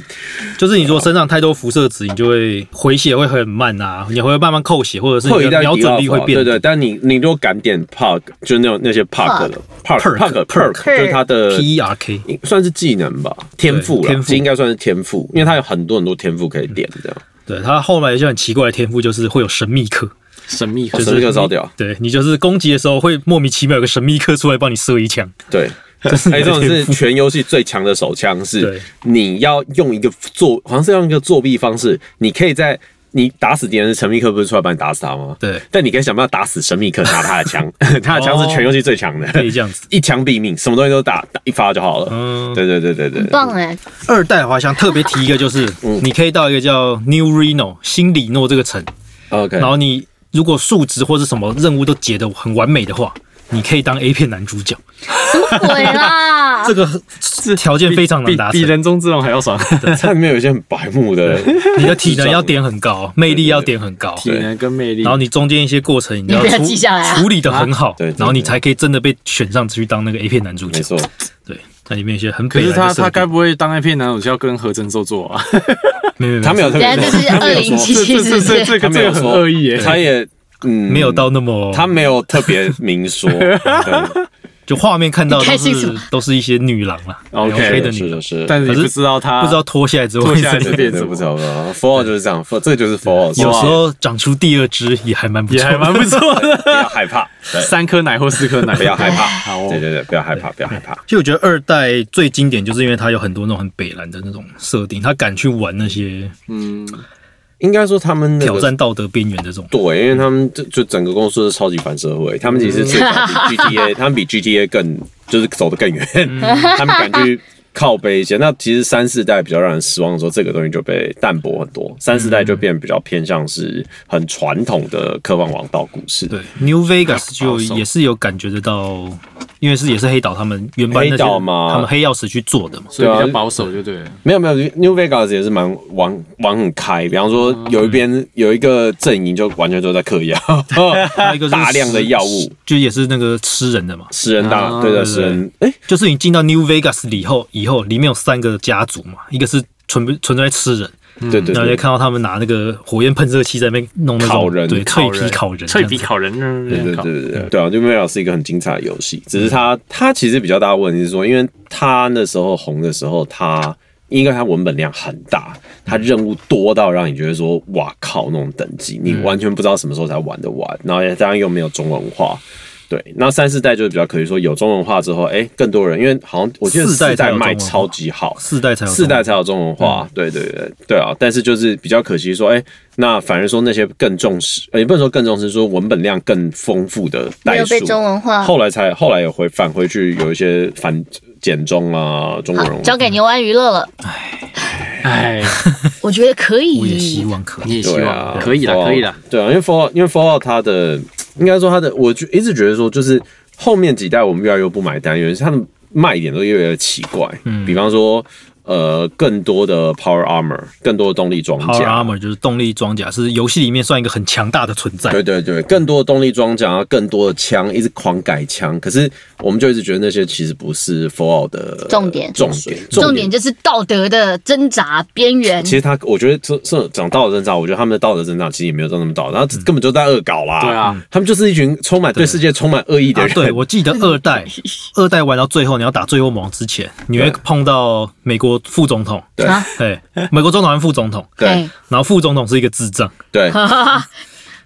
[SPEAKER 1] 就是你如果身上太多辐射值，你就会回血会很慢啊，你会慢慢扣血，或者是你
[SPEAKER 3] 会有一
[SPEAKER 1] 的
[SPEAKER 3] 定
[SPEAKER 1] 瞄准力会变
[SPEAKER 3] 对。对。但你你如果敢点 Pug，就是那种那些 Pug 的 Pug Pug Perk，就是它的
[SPEAKER 1] P E R K，
[SPEAKER 3] 算是技能吧，天赋
[SPEAKER 1] 对
[SPEAKER 3] 啦
[SPEAKER 1] 天，赋
[SPEAKER 3] 应该算是天赋，因为它有很多很多天赋可以点，这样
[SPEAKER 1] 对他后来有些很奇怪的天赋，就是会有神秘客，
[SPEAKER 2] 神秘
[SPEAKER 3] 就
[SPEAKER 2] 就是是
[SPEAKER 3] 这个烧掉。
[SPEAKER 1] 对你就是攻击的时候会莫名其妙有个神秘客出来帮你射一枪，
[SPEAKER 3] 对，还有这种是全游戏最强的手枪，
[SPEAKER 1] 对
[SPEAKER 3] 是你要用一个作，好像是用一个作弊方式，你可以在你打死敌人，神秘客不是出来帮你打死他吗？
[SPEAKER 1] 对，
[SPEAKER 3] 但你可以想办法打死神秘客，拿他的枪，他的枪是全游戏最强的，
[SPEAKER 1] 可以这样子。
[SPEAKER 3] 一枪毙命，什么东西都打打一发就好了。
[SPEAKER 1] 嗯
[SPEAKER 3] 对对对对对，
[SPEAKER 4] 很棒哎、
[SPEAKER 1] 二代滑翔特别提一个，就是你可以到一个叫 New Reno 新里诺这个城，
[SPEAKER 3] OK， (laughs)
[SPEAKER 1] 然后你如果数值或是什么任务都解得很完美的话，你可以当 A 片男主角。
[SPEAKER 4] 鬼啦！
[SPEAKER 3] (laughs)
[SPEAKER 1] 这个条件非常难达
[SPEAKER 2] 比比
[SPEAKER 1] 成，
[SPEAKER 2] 人中之龙还要爽，
[SPEAKER 3] 它里面有一些很白目的，
[SPEAKER 1] 你的体能要点很高，魅力要点很高，
[SPEAKER 2] 体能跟魅力，
[SPEAKER 1] 然后你中间一些过程你要
[SPEAKER 4] 你不要
[SPEAKER 1] 处
[SPEAKER 4] 记下来啊
[SPEAKER 1] 处理的很好
[SPEAKER 3] 对对，对
[SPEAKER 1] 然后你才可以真的被选上去当那个 A 片男主
[SPEAKER 3] 没
[SPEAKER 1] 角。
[SPEAKER 3] 错，
[SPEAKER 1] 对，那里面有一些很
[SPEAKER 2] 可
[SPEAKER 1] 北
[SPEAKER 2] 是
[SPEAKER 1] 蓝
[SPEAKER 2] 他
[SPEAKER 1] 的
[SPEAKER 2] 他
[SPEAKER 1] 设
[SPEAKER 2] 该
[SPEAKER 1] 定，
[SPEAKER 2] 不会当 A 片男主角跟何真做做啊？
[SPEAKER 1] 没有没有
[SPEAKER 3] 他没有特
[SPEAKER 4] 等下
[SPEAKER 3] 别
[SPEAKER 4] 这
[SPEAKER 3] 说，
[SPEAKER 4] 是二零七七，是
[SPEAKER 2] 这这
[SPEAKER 4] 不
[SPEAKER 2] 这
[SPEAKER 4] 是？
[SPEAKER 2] 这个
[SPEAKER 3] 他没
[SPEAKER 2] 这
[SPEAKER 3] 有
[SPEAKER 2] 个很
[SPEAKER 3] 说
[SPEAKER 2] 恶意耶，
[SPEAKER 3] 他也嗯
[SPEAKER 1] 没有到那么，
[SPEAKER 3] 他没有特别明说，对
[SPEAKER 1] 就画面看到
[SPEAKER 4] 你
[SPEAKER 1] 都
[SPEAKER 4] 开心什
[SPEAKER 1] 是
[SPEAKER 4] 么
[SPEAKER 1] 都是一些女郎啦
[SPEAKER 2] OK，
[SPEAKER 1] 黑的
[SPEAKER 3] 是
[SPEAKER 1] 女郎
[SPEAKER 3] 的，，是的。
[SPEAKER 2] 但是你
[SPEAKER 1] 可是
[SPEAKER 2] 不知道他
[SPEAKER 1] 不知道脱下来之后
[SPEAKER 2] 脱
[SPEAKER 1] 会
[SPEAKER 2] 下来
[SPEAKER 1] 怎 (laughs)
[SPEAKER 2] 之后
[SPEAKER 1] 样。
[SPEAKER 3] 变得不知道了 f o r 就是这样 f o r 这个就是 f o r
[SPEAKER 1] 有时候长出第二只也还蛮不错
[SPEAKER 2] 也
[SPEAKER 1] 的，
[SPEAKER 2] 还蛮不错的，
[SPEAKER 3] (laughs) 不要害怕，对，
[SPEAKER 2] 三颗奶或四颗奶，
[SPEAKER 3] 不要害怕，
[SPEAKER 2] 好哦
[SPEAKER 3] 对对对，不要害怕，不要害怕，
[SPEAKER 1] 其实我觉得二代最经典，就是因为它有很多那种很北蓝的那种设定，他敢去玩那些
[SPEAKER 2] 嗯，
[SPEAKER 3] (laughs) 应该说他们那
[SPEAKER 1] 挑
[SPEAKER 3] 个。
[SPEAKER 1] 战道德边缘的这种。
[SPEAKER 3] 对，因为他们就就整个公司是超级反社会，他们其实最早比 (laughs) GTA，他们比 GTA 更就是走得更远， (laughs) 他们敢去靠背一些。那其实三四代比较让人失望的时候，这个东西就被淡薄很多，三四代就变得比较偏向是很传统的科幻王道故事。
[SPEAKER 1] 对，New Vegas 就
[SPEAKER 2] 保守
[SPEAKER 1] 也是有感觉得到，因为是也是黑岛他们原班那
[SPEAKER 3] 黑
[SPEAKER 1] 些
[SPEAKER 3] 岛嘛
[SPEAKER 1] 他们黑曜石去做的嘛。
[SPEAKER 2] 所以比
[SPEAKER 3] 对啊
[SPEAKER 2] 较保守就对了。
[SPEAKER 3] 没有没有，New Vegas 也是蛮玩玩很开，比方说有一边有一个阵营就完全都在嗑药， (laughs)
[SPEAKER 1] 还有一个是
[SPEAKER 3] 大量的药物
[SPEAKER 1] 吃，就也是那个吃人的嘛。
[SPEAKER 3] 食人大
[SPEAKER 2] 啊
[SPEAKER 3] 对的
[SPEAKER 1] 对
[SPEAKER 3] 食人，哎，
[SPEAKER 1] 就是你进到 New Vegas 以后，以后里面有三个家族嘛，一个是纯纯粹在吃人，
[SPEAKER 3] 对对
[SPEAKER 1] 然后
[SPEAKER 3] 对
[SPEAKER 1] 就，看到他们拿那个火焰喷射器在那边弄那种
[SPEAKER 3] 烤人
[SPEAKER 1] 对，脆皮烤人，
[SPEAKER 2] 脆皮
[SPEAKER 1] 这样子。嗯
[SPEAKER 2] 烤人，嗯
[SPEAKER 3] 对对
[SPEAKER 2] 烤
[SPEAKER 3] 对对对，对啊，就《Mario》是一个很精彩的游戏，只是它它其实比较大的问题是说，因为它那时候红的时候，它因为它文本量很大，
[SPEAKER 1] 嗯
[SPEAKER 3] 它任务多到让你觉得说，哇靠，那种等级你
[SPEAKER 1] 嗯
[SPEAKER 3] 完全不知道什么时候才玩得完，然后加上又没有中文化。对，那三四代就是比较可惜，说有中文化之后，哎、更多人，因为好像我记得
[SPEAKER 1] 四代
[SPEAKER 3] 四
[SPEAKER 1] 才有中
[SPEAKER 3] 代
[SPEAKER 1] 文化
[SPEAKER 3] 卖超级好，
[SPEAKER 1] 四代才有这
[SPEAKER 3] 四
[SPEAKER 1] 种，
[SPEAKER 3] 代才有中文化，
[SPEAKER 2] 嗯
[SPEAKER 3] 对对对对啊！但是就是比较可惜说，哎、那反而说那些更重视，呃也不能说更重视，说文本量更丰富的
[SPEAKER 4] 没
[SPEAKER 3] 代
[SPEAKER 4] 有被
[SPEAKER 3] 数，
[SPEAKER 4] 中文化，
[SPEAKER 3] 后来才后来也回返回去有一些反简中啊，中国
[SPEAKER 4] 好
[SPEAKER 3] 人，
[SPEAKER 4] 交给牛丸娱乐了。
[SPEAKER 2] 哎，
[SPEAKER 4] 我觉得可以。
[SPEAKER 1] 我也希望可以。
[SPEAKER 2] 你也希
[SPEAKER 3] 对
[SPEAKER 2] 望
[SPEAKER 3] 啊，
[SPEAKER 2] 可以啦，
[SPEAKER 3] Fallout-
[SPEAKER 2] 可以啦。，
[SPEAKER 3] 对啊，因为 Fallout 因为 Fallout 它的应该说它的，我就一直觉得说就是后面几代我们越来越不买单，原因是它的卖点都越来越奇怪，嗯，比方说。呃，更多的 power armor，更多的动力装
[SPEAKER 1] Power
[SPEAKER 3] 甲
[SPEAKER 1] Armor 就是动力装甲，是游戏里面算一个很强大的存在。
[SPEAKER 3] (laughs) 对对对，更多的动力装甲，更多的枪，一直狂改枪。可是我们就一直觉得那些其实不是 Fallout 的
[SPEAKER 4] 重点
[SPEAKER 3] 重点，
[SPEAKER 4] 重点。就是道德的挣扎边缘
[SPEAKER 3] 其。实他，我觉得这这讲道德挣扎，我觉得他们的道德挣扎其实也没有到那么道德，然后根本就在恶搞啦。
[SPEAKER 2] 嗯对啊，
[SPEAKER 3] 他们就是一群充满对世界充满恶意的
[SPEAKER 1] 啊，
[SPEAKER 3] 人。
[SPEAKER 1] 对，我记得二代，二代玩到最后，你要打最后魔王之前，你会
[SPEAKER 3] 对
[SPEAKER 1] 碰到美国副总统，
[SPEAKER 3] 对
[SPEAKER 4] 啊
[SPEAKER 1] 对，美国总统和副总统，
[SPEAKER 3] 对
[SPEAKER 1] 然后副总统是一个智障，
[SPEAKER 4] (laughs)
[SPEAKER 3] 对
[SPEAKER 4] 嘿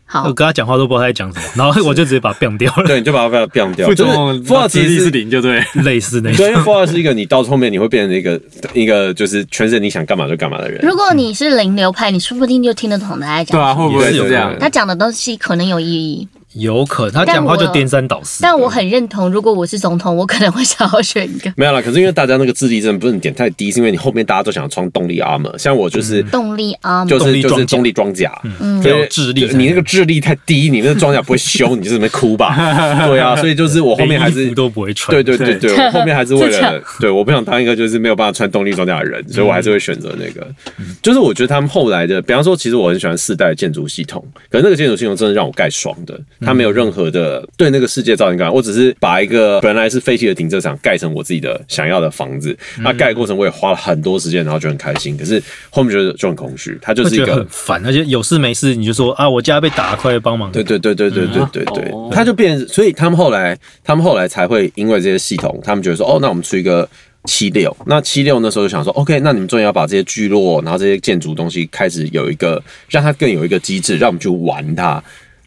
[SPEAKER 4] 好
[SPEAKER 1] 我，跟他讲话都不知道他在讲什么，然后我就直接把他 biang 掉了，
[SPEAKER 3] 对，你就把它变掉。
[SPEAKER 2] 副
[SPEAKER 3] 就是
[SPEAKER 2] 总
[SPEAKER 3] Fallout
[SPEAKER 2] 到
[SPEAKER 3] 其
[SPEAKER 2] 智
[SPEAKER 3] 实
[SPEAKER 2] 力是零，
[SPEAKER 3] (laughs)
[SPEAKER 2] 就对。
[SPEAKER 1] 类似那种。
[SPEAKER 3] 对，因为 Fallout 是一个你到后面你会变成一个一个就是全身你想干嘛就干嘛的人。
[SPEAKER 4] 如果
[SPEAKER 1] 嗯
[SPEAKER 4] 你是零流派，你说不定就听得懂他在
[SPEAKER 2] 对
[SPEAKER 4] 讲。
[SPEAKER 2] 啊，会不会是这样
[SPEAKER 3] 对对对？
[SPEAKER 4] 他讲的东西可能有意义，
[SPEAKER 1] 有可能他讲话就颠三倒四。
[SPEAKER 4] 但我很认同，如果我是总统，我可能会想要选一个
[SPEAKER 3] 没有啦，可是因为大家那个智力真的不能点太低，是因为你后面大家都想要穿动力 armor，像我
[SPEAKER 2] 嗯
[SPEAKER 3] 就是、
[SPEAKER 4] 动力啊，
[SPEAKER 3] 就
[SPEAKER 1] 动
[SPEAKER 3] 是
[SPEAKER 1] 力
[SPEAKER 3] 就是
[SPEAKER 1] 装甲
[SPEAKER 3] 动力装甲，嗯，
[SPEAKER 1] 要有智力才
[SPEAKER 3] 你那个智力太低，你那个装甲不会修，你就在那边哭吧，
[SPEAKER 1] (laughs)
[SPEAKER 3] 对啊，所以就是我后面还
[SPEAKER 1] 连衣
[SPEAKER 3] 是
[SPEAKER 1] 服都不会穿。
[SPEAKER 3] 对对对对，我后面还是为
[SPEAKER 4] 自
[SPEAKER 3] 了
[SPEAKER 4] 强
[SPEAKER 3] (laughs) 对，我不想当一个就是没有办法穿动力装甲的人，所以我还是会选择那个。
[SPEAKER 1] 嗯
[SPEAKER 3] 嗯就是我觉得他们后来的，比方说，其实我很喜欢四代建筑系统，可是那个建筑系统真的让我盖爽的，它
[SPEAKER 1] 嗯
[SPEAKER 3] 没有任何的对那个世界造成干扰，我只是把一个本来是废弃的停车场盖成我自己的想要的房子。那
[SPEAKER 1] 嗯
[SPEAKER 3] 盖的过程我也花了很多时间，然后就很开心，可是后面觉得就很空虚，它就
[SPEAKER 1] 会
[SPEAKER 3] 是一
[SPEAKER 1] 觉得
[SPEAKER 3] 个
[SPEAKER 1] 很烦，而且有事没事你就说啊，我家被打，快来帮忙。
[SPEAKER 3] 对对对对对对
[SPEAKER 1] 嗯
[SPEAKER 3] 对对，
[SPEAKER 2] 哦
[SPEAKER 3] 他就变，所以他们后来，他们后来才会因为这些系统，他们觉得说，哦，那我们出一个七六，那七六那时候就想说，OK，那你们终于要把这些聚落，然后这些建筑东西开始有一个，让它更有一个机制，让我们去玩它，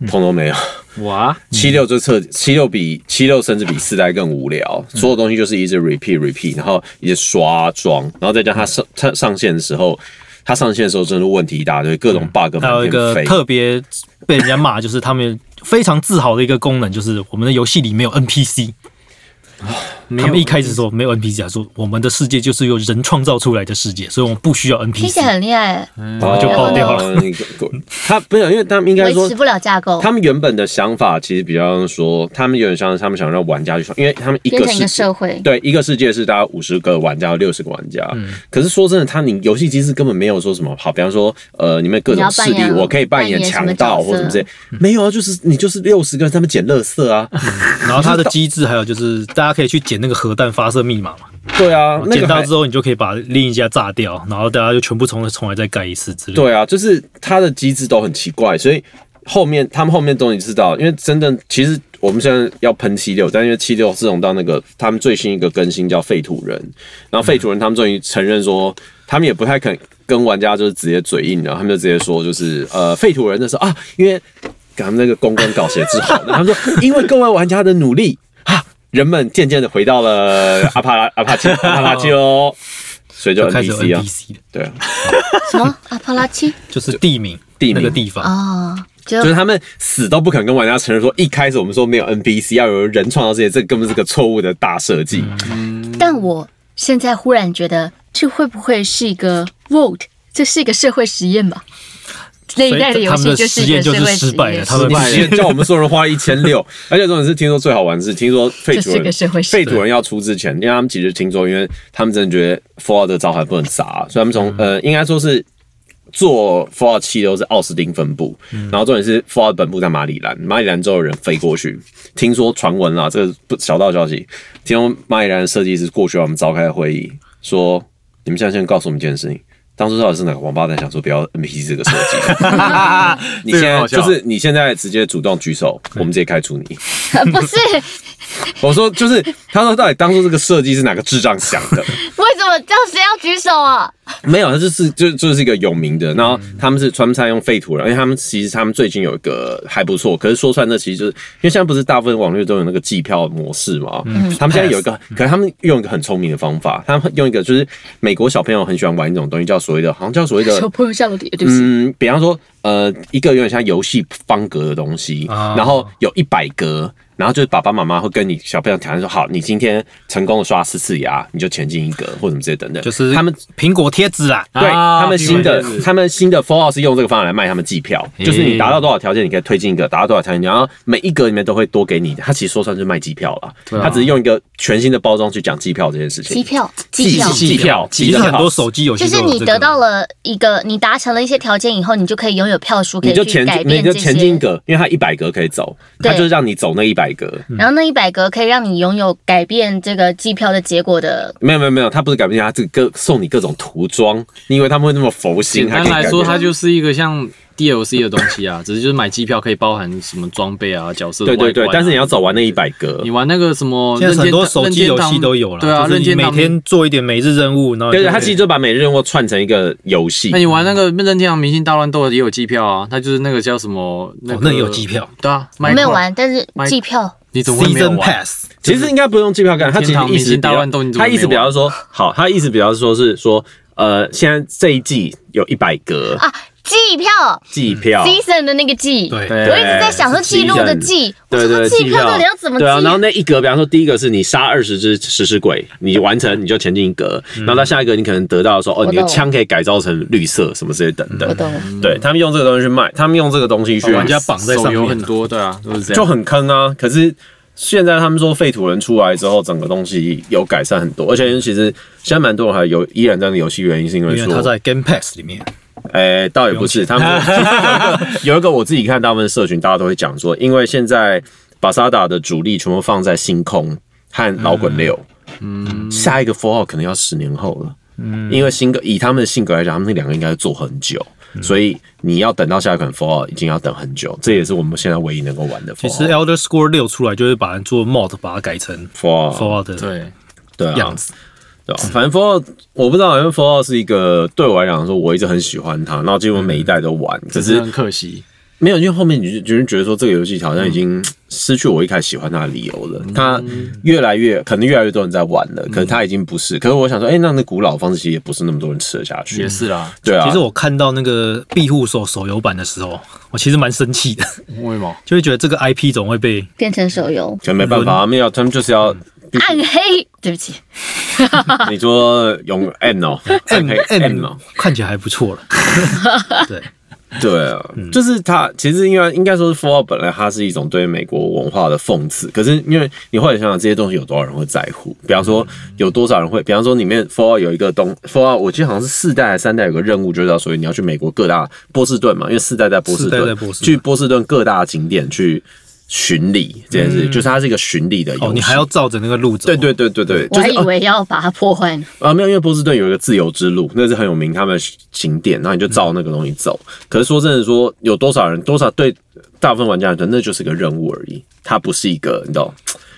[SPEAKER 3] 通通没有。
[SPEAKER 1] 嗯
[SPEAKER 2] 哇，
[SPEAKER 3] 七六就彻七六比七六甚至比四代更无聊，
[SPEAKER 1] 嗯
[SPEAKER 3] 所有东西就是一直 repeat repeat，然后一直刷装，然后再加上它上它上线的时候。它上线的时候真的问题一大堆，各种 bug
[SPEAKER 1] 嗯还有
[SPEAKER 3] 满
[SPEAKER 1] 一
[SPEAKER 3] 天
[SPEAKER 1] 个
[SPEAKER 3] 飞。
[SPEAKER 1] 特别被人家骂，就是他们非常自豪的一个功能，就是我们的游戏里没有 NPC。他
[SPEAKER 3] 啊
[SPEAKER 1] 们一开始说没有 NPC 啊，说我们的世界就是由人创造出来的世界，所以我们不需要
[SPEAKER 4] 听起来
[SPEAKER 1] NPC。
[SPEAKER 4] 很厉害，
[SPEAKER 1] 然后就爆掉了。
[SPEAKER 3] 了。 (laughs) 他不是，因为他们应该
[SPEAKER 4] 哦维
[SPEAKER 3] 说
[SPEAKER 4] 持，不了架构，
[SPEAKER 3] 他们原本的想法其实比较像说，他们有点像是他们想让玩家去创，因为他们一
[SPEAKER 4] 变
[SPEAKER 3] 个
[SPEAKER 4] 成一
[SPEAKER 3] 世
[SPEAKER 4] 个
[SPEAKER 3] 界
[SPEAKER 4] 社会。
[SPEAKER 3] 对一个世界是大概五十个玩家、六十个玩家。可是说真的，他你游戏机制根本没有说什么好，比方说呃，你们各
[SPEAKER 4] 你
[SPEAKER 3] 种
[SPEAKER 4] 要
[SPEAKER 3] 势
[SPEAKER 4] 扮
[SPEAKER 3] 力，
[SPEAKER 4] 演
[SPEAKER 3] 我可以扮演
[SPEAKER 4] 扮演什么
[SPEAKER 3] 强盗
[SPEAKER 4] 角色
[SPEAKER 3] 或什么之类，没有啊，就是你就是六十个人在那边捡垃圾 (laughs) 啊，
[SPEAKER 1] 然后它的机制还有就是，大家可以去捡那个核弹发射密码嘛，
[SPEAKER 3] 对啊，那
[SPEAKER 1] 捡
[SPEAKER 3] 个
[SPEAKER 1] 到
[SPEAKER 3] 还
[SPEAKER 1] 之后你就可以把另一家炸掉，然后大家就全部重重来再盖一次之类的。
[SPEAKER 3] 对啊，就是它的机制都很奇怪，所以后面他们后面终于知道，因为真正其实我们现在要喷七六，但因为七六自从到那个他们最新一个更新叫废土人，然后废土人他们终于承认说，他们也不太肯跟玩家就是直接嘴硬，然后他们就直接说就是呃废土人那时候啊，因为给他们那个公关稿写得之好，然后他们说因为各位玩家的努力啊。人们渐渐的回到了阿帕拉阿帕奇阿帕拉奇哦，所以就
[SPEAKER 1] 就开始有
[SPEAKER 3] NPC 啊，
[SPEAKER 1] NPC 了，
[SPEAKER 3] 对啊，
[SPEAKER 4] 什么阿帕拉契
[SPEAKER 1] 就是地名
[SPEAKER 3] 地名
[SPEAKER 1] 那个地方。
[SPEAKER 4] 啊？就
[SPEAKER 3] 就是他们死都不肯跟玩家承认说，一开始我们说没有 NPC，要有人创造这些，这根本是个错误的大设计。
[SPEAKER 4] 但我现在忽然觉得，这会不会是一个 vote？这是一个社会实验吧？那一
[SPEAKER 1] 所以
[SPEAKER 4] 代的游
[SPEAKER 1] 他们
[SPEAKER 4] 戏
[SPEAKER 1] 的
[SPEAKER 4] 就
[SPEAKER 1] 实
[SPEAKER 4] 是一
[SPEAKER 1] 验
[SPEAKER 4] 个社
[SPEAKER 1] 就
[SPEAKER 4] 会
[SPEAKER 1] 是
[SPEAKER 4] 实
[SPEAKER 1] 失败
[SPEAKER 4] 验
[SPEAKER 1] 了，，他们
[SPEAKER 3] 失败了叫我们所有人花一千六，而且重点是听说最好玩的是，听说废
[SPEAKER 4] 这
[SPEAKER 3] 主
[SPEAKER 4] 是个
[SPEAKER 3] 人
[SPEAKER 4] 社会实
[SPEAKER 3] 废
[SPEAKER 4] 验。
[SPEAKER 3] 土人要出之前，因为他们其实听说，因为他们真的觉得 Fallout 的招牌不能砸，所以他们从呃，应该说是做 Fallout 七都是奥斯汀分部，
[SPEAKER 2] 嗯
[SPEAKER 3] 然后重点是 Fallout 本部在马里兰，马里兰之后有人飞过去，听说传闻啦，这个不小道消息，听说马里兰的设计师过去让我们召开会议，说你们现在先告诉我们一件事情。当初到底是哪个王八蛋想说不要 NPC 这个设计？
[SPEAKER 2] (laughs)
[SPEAKER 3] 你现
[SPEAKER 2] 这个
[SPEAKER 3] 在
[SPEAKER 2] 好笑
[SPEAKER 3] 就是你现在直接主动举手，我们直接开除你。
[SPEAKER 4] (laughs) 不是，
[SPEAKER 3] 我说就是，他说到底当初这个设计是哪个智障想的？
[SPEAKER 4] 为什么这样谁要举手啊？
[SPEAKER 3] 没有，他就是就就是一个有名的。然后
[SPEAKER 1] 嗯
[SPEAKER 3] 他们是川普用废土人，因为他们其实他们最近有一个还不错，可是说出来那其实就是因为现在不是大部分网络都有那个计票模式嘛，
[SPEAKER 1] 嗯
[SPEAKER 3] 他们现在有一个，可是他们用一个很聪明的方法，他们用一个就是美国小朋友很喜欢玩一种东西，叫所谓的好像叫所谓的
[SPEAKER 4] 小朋友笑了点，对不起。
[SPEAKER 3] 嗯，比方说，呃，一个有点像游戏方格的东西，
[SPEAKER 1] 啊
[SPEAKER 3] 然后有一百格，然后就是爸爸妈妈会跟你小朋友挑战说，好，你今天成功的刷四次牙，你就前进一格，或者什么之类等等。
[SPEAKER 1] 就是
[SPEAKER 3] 他们
[SPEAKER 1] 苹果贴纸啦，
[SPEAKER 3] 对、
[SPEAKER 2] 啊
[SPEAKER 3] 他们新的
[SPEAKER 2] 苹果贴纸
[SPEAKER 3] 他们新的 Fallout 是用这个方法来卖他们季票，就是你达到多少条件，你可以推进一个；达到多少条件，然后每一格里面都会多给你。他其实说穿就是卖机票了，
[SPEAKER 2] 啊
[SPEAKER 3] 他只是用一个全新的包装去讲机票这件事情。
[SPEAKER 4] 机票，机票，
[SPEAKER 3] 机票
[SPEAKER 1] 其实很多手机游戏
[SPEAKER 4] 就
[SPEAKER 1] 都
[SPEAKER 4] 是
[SPEAKER 1] 有
[SPEAKER 4] 你
[SPEAKER 1] 这
[SPEAKER 4] 得
[SPEAKER 1] 个
[SPEAKER 4] 到了一个，你达成了一些条件以后，你就可以拥有票数，可
[SPEAKER 3] 你
[SPEAKER 4] 以
[SPEAKER 3] 就
[SPEAKER 4] 去
[SPEAKER 3] 前
[SPEAKER 4] 改
[SPEAKER 3] 进，你
[SPEAKER 4] 变
[SPEAKER 3] 就
[SPEAKER 4] 这
[SPEAKER 3] 前进一
[SPEAKER 4] 些。
[SPEAKER 3] 格，因为它一百格可以走，它
[SPEAKER 4] 对
[SPEAKER 3] 就是让你走那一百格。
[SPEAKER 4] 然后那一百格可以让你拥有改变这个计票的结果的。
[SPEAKER 3] 没有没有没有，他不是改变他这个各送你各种涂装，你以为他们会那么佛
[SPEAKER 2] 简
[SPEAKER 3] 心？还
[SPEAKER 2] 单
[SPEAKER 3] 可以
[SPEAKER 2] 来
[SPEAKER 3] 改
[SPEAKER 2] 说，
[SPEAKER 3] 变
[SPEAKER 2] 它就是一个像 DLC 的东西啊， (laughs) 只是就是买机票可以包含什么装备啊、角色的
[SPEAKER 3] 对对
[SPEAKER 2] 外
[SPEAKER 3] 对，
[SPEAKER 2] 观啊
[SPEAKER 3] 但是你要走完那一百格
[SPEAKER 2] 你，玩那个什么
[SPEAKER 1] 现
[SPEAKER 2] 哦任
[SPEAKER 1] 在
[SPEAKER 2] 天，
[SPEAKER 1] 很多手机游戏都有了，
[SPEAKER 2] 对啊，
[SPEAKER 1] 就是
[SPEAKER 2] 任
[SPEAKER 1] 你
[SPEAKER 2] 天
[SPEAKER 1] 每
[SPEAKER 2] 堂。
[SPEAKER 1] 天做一点每日任务，然后
[SPEAKER 3] 对
[SPEAKER 1] 你
[SPEAKER 3] 对，
[SPEAKER 1] 就
[SPEAKER 3] 他其实就把每日任务串成一个游戏
[SPEAKER 2] 那。你玩那个任天堂明星大乱斗也有机票啊，它就是那个叫什么？那
[SPEAKER 1] 哦
[SPEAKER 2] 个
[SPEAKER 1] 那也有机票，
[SPEAKER 2] 对啊，
[SPEAKER 4] 我
[SPEAKER 2] 麦
[SPEAKER 4] 没有
[SPEAKER 2] 块，
[SPEAKER 4] 玩，但是
[SPEAKER 2] 麦
[SPEAKER 4] 计票
[SPEAKER 2] 你怎么会没有
[SPEAKER 1] season
[SPEAKER 2] 玩？
[SPEAKER 1] pass
[SPEAKER 3] 其实应该不用机票干，他其实
[SPEAKER 2] 天堂
[SPEAKER 3] 意
[SPEAKER 2] 明
[SPEAKER 3] 思
[SPEAKER 2] 星
[SPEAKER 3] 比
[SPEAKER 2] 大
[SPEAKER 3] 较
[SPEAKER 2] 乱斗你，怎么
[SPEAKER 3] 他意思
[SPEAKER 2] 没
[SPEAKER 3] 比
[SPEAKER 2] 玩
[SPEAKER 3] 较说，好，他意思比较说是说，呃，现在这一季有一百格，
[SPEAKER 4] 啊，季票
[SPEAKER 3] 季票
[SPEAKER 4] season 的那个季，
[SPEAKER 1] 对
[SPEAKER 4] 我
[SPEAKER 5] 对
[SPEAKER 4] 一直在想说记录的记，我
[SPEAKER 5] 对
[SPEAKER 4] 想
[SPEAKER 5] 对，
[SPEAKER 4] 说
[SPEAKER 5] 计
[SPEAKER 4] 季票到底要怎么记？
[SPEAKER 5] 对啊，然后那一格，比方说第一个是你杀二十只食尸鬼，你完成你就前进一格，然后到下一格你可能得到说，哦，
[SPEAKER 4] 嗯我
[SPEAKER 5] 你的
[SPEAKER 4] 懂
[SPEAKER 5] 枪可以改造成绿色什么之类等
[SPEAKER 4] 我
[SPEAKER 5] 等。
[SPEAKER 4] 懂，
[SPEAKER 3] 对他们用这个东西去卖，他们用这个东西去
[SPEAKER 1] 把
[SPEAKER 2] 啊
[SPEAKER 1] 玩家绑在上
[SPEAKER 2] 手游
[SPEAKER 1] 面
[SPEAKER 2] 很，多，对啊，都是这样。
[SPEAKER 3] 就很坑啊。可是现在他们说废土人出来之后，整个东西有改善很多，而且其实现在蛮多人还有依然在那个游戏，原因是因为
[SPEAKER 1] 因为它
[SPEAKER 3] 说，
[SPEAKER 1] 在 Game Pass 里面。
[SPEAKER 3] 哎、倒也不是，他们 (laughs) 有一个我自己看大部分社群，大家都会讲说，因为现在巴萨达的主力全部放在星空和老滚六，嗯，下一个 Fallout 可能要十年后了。嗯，因为性格以他们的性格来讲，他们那两个应该做很久，所以你要等到下一款 Fallout 已经要等很久，这也是我们现在唯一能够玩的
[SPEAKER 1] 其
[SPEAKER 3] Fallout。
[SPEAKER 1] 实
[SPEAKER 2] 哦
[SPEAKER 1] Elder s c o r e 六出来就是把人做 mod 把它改成
[SPEAKER 3] Fallout
[SPEAKER 1] Fallout 的
[SPEAKER 2] 哦对，
[SPEAKER 3] 对啊，
[SPEAKER 1] 样子。嗯
[SPEAKER 3] 对啊，反正 Fallout 我不知道，因为 Fallout 是一个对我来讲说，我一直很喜欢它，然后几乎每一代都
[SPEAKER 1] 嗯
[SPEAKER 3] 玩，可
[SPEAKER 2] 只是
[SPEAKER 3] 是
[SPEAKER 2] 很可惜。
[SPEAKER 3] 没有，因为后面你就就是觉得说这个游戏好像已
[SPEAKER 1] 嗯
[SPEAKER 3] 经失去我一开始喜欢它的理由了，它越来越可能越来越多人在玩了，
[SPEAKER 1] 嗯
[SPEAKER 3] 可是它已经不是，可是我想说，哎，那那古老方式其实也不是那么多人吃得下去
[SPEAKER 2] 也，是啦，
[SPEAKER 3] 对啊，
[SPEAKER 1] 其实我看到那个庇护手手游版的时候，我其实蛮生气的， (laughs)
[SPEAKER 2] 为毛？
[SPEAKER 1] 就会觉得这个 IP 总会被
[SPEAKER 4] 变成手游，
[SPEAKER 3] 可能没办法，他们要他们就是
[SPEAKER 1] (laughs)
[SPEAKER 3] 要
[SPEAKER 4] 暗黑，对不起，
[SPEAKER 3] 你说用
[SPEAKER 1] (laughs)
[SPEAKER 3] N 哦
[SPEAKER 1] M
[SPEAKER 3] N
[SPEAKER 1] M
[SPEAKER 3] 哦，
[SPEAKER 1] M，M 看起来还不错
[SPEAKER 2] (laughs)
[SPEAKER 1] 了。对，
[SPEAKER 3] (laughs) 对啊，
[SPEAKER 1] 嗯
[SPEAKER 3] 就是它其实应该应该说是 f o r 本来它是一种对美国文化的讽刺，可是因为你后来想想这些东西有多少人会在乎，比方
[SPEAKER 1] 嗯
[SPEAKER 3] 说有多少人会，比方说里面 f o r 有一个东 f o r 我记得好像是四代还是三代有个任务，就是要所以你要去美国各大波士顿嘛，因为四代在波士
[SPEAKER 1] 四代在
[SPEAKER 3] 顿，
[SPEAKER 1] 波士顿
[SPEAKER 3] 去波士顿各大景点去巡礼这件事，就是它是一个巡礼的游戏。
[SPEAKER 1] 嗯哦，你还要照着那个路走。哦
[SPEAKER 3] 对对对对对，
[SPEAKER 4] 我
[SPEAKER 3] 就是哦
[SPEAKER 4] 还以为要把它破坏呢。
[SPEAKER 3] 啊，没有，因为波士顿有一个自由之路，那是很有名他们的景点，然后你就照那个东西走。可是说真的说，有多少人，多少对大部分玩家来说，那就是个任务而已，它不是一个，你懂？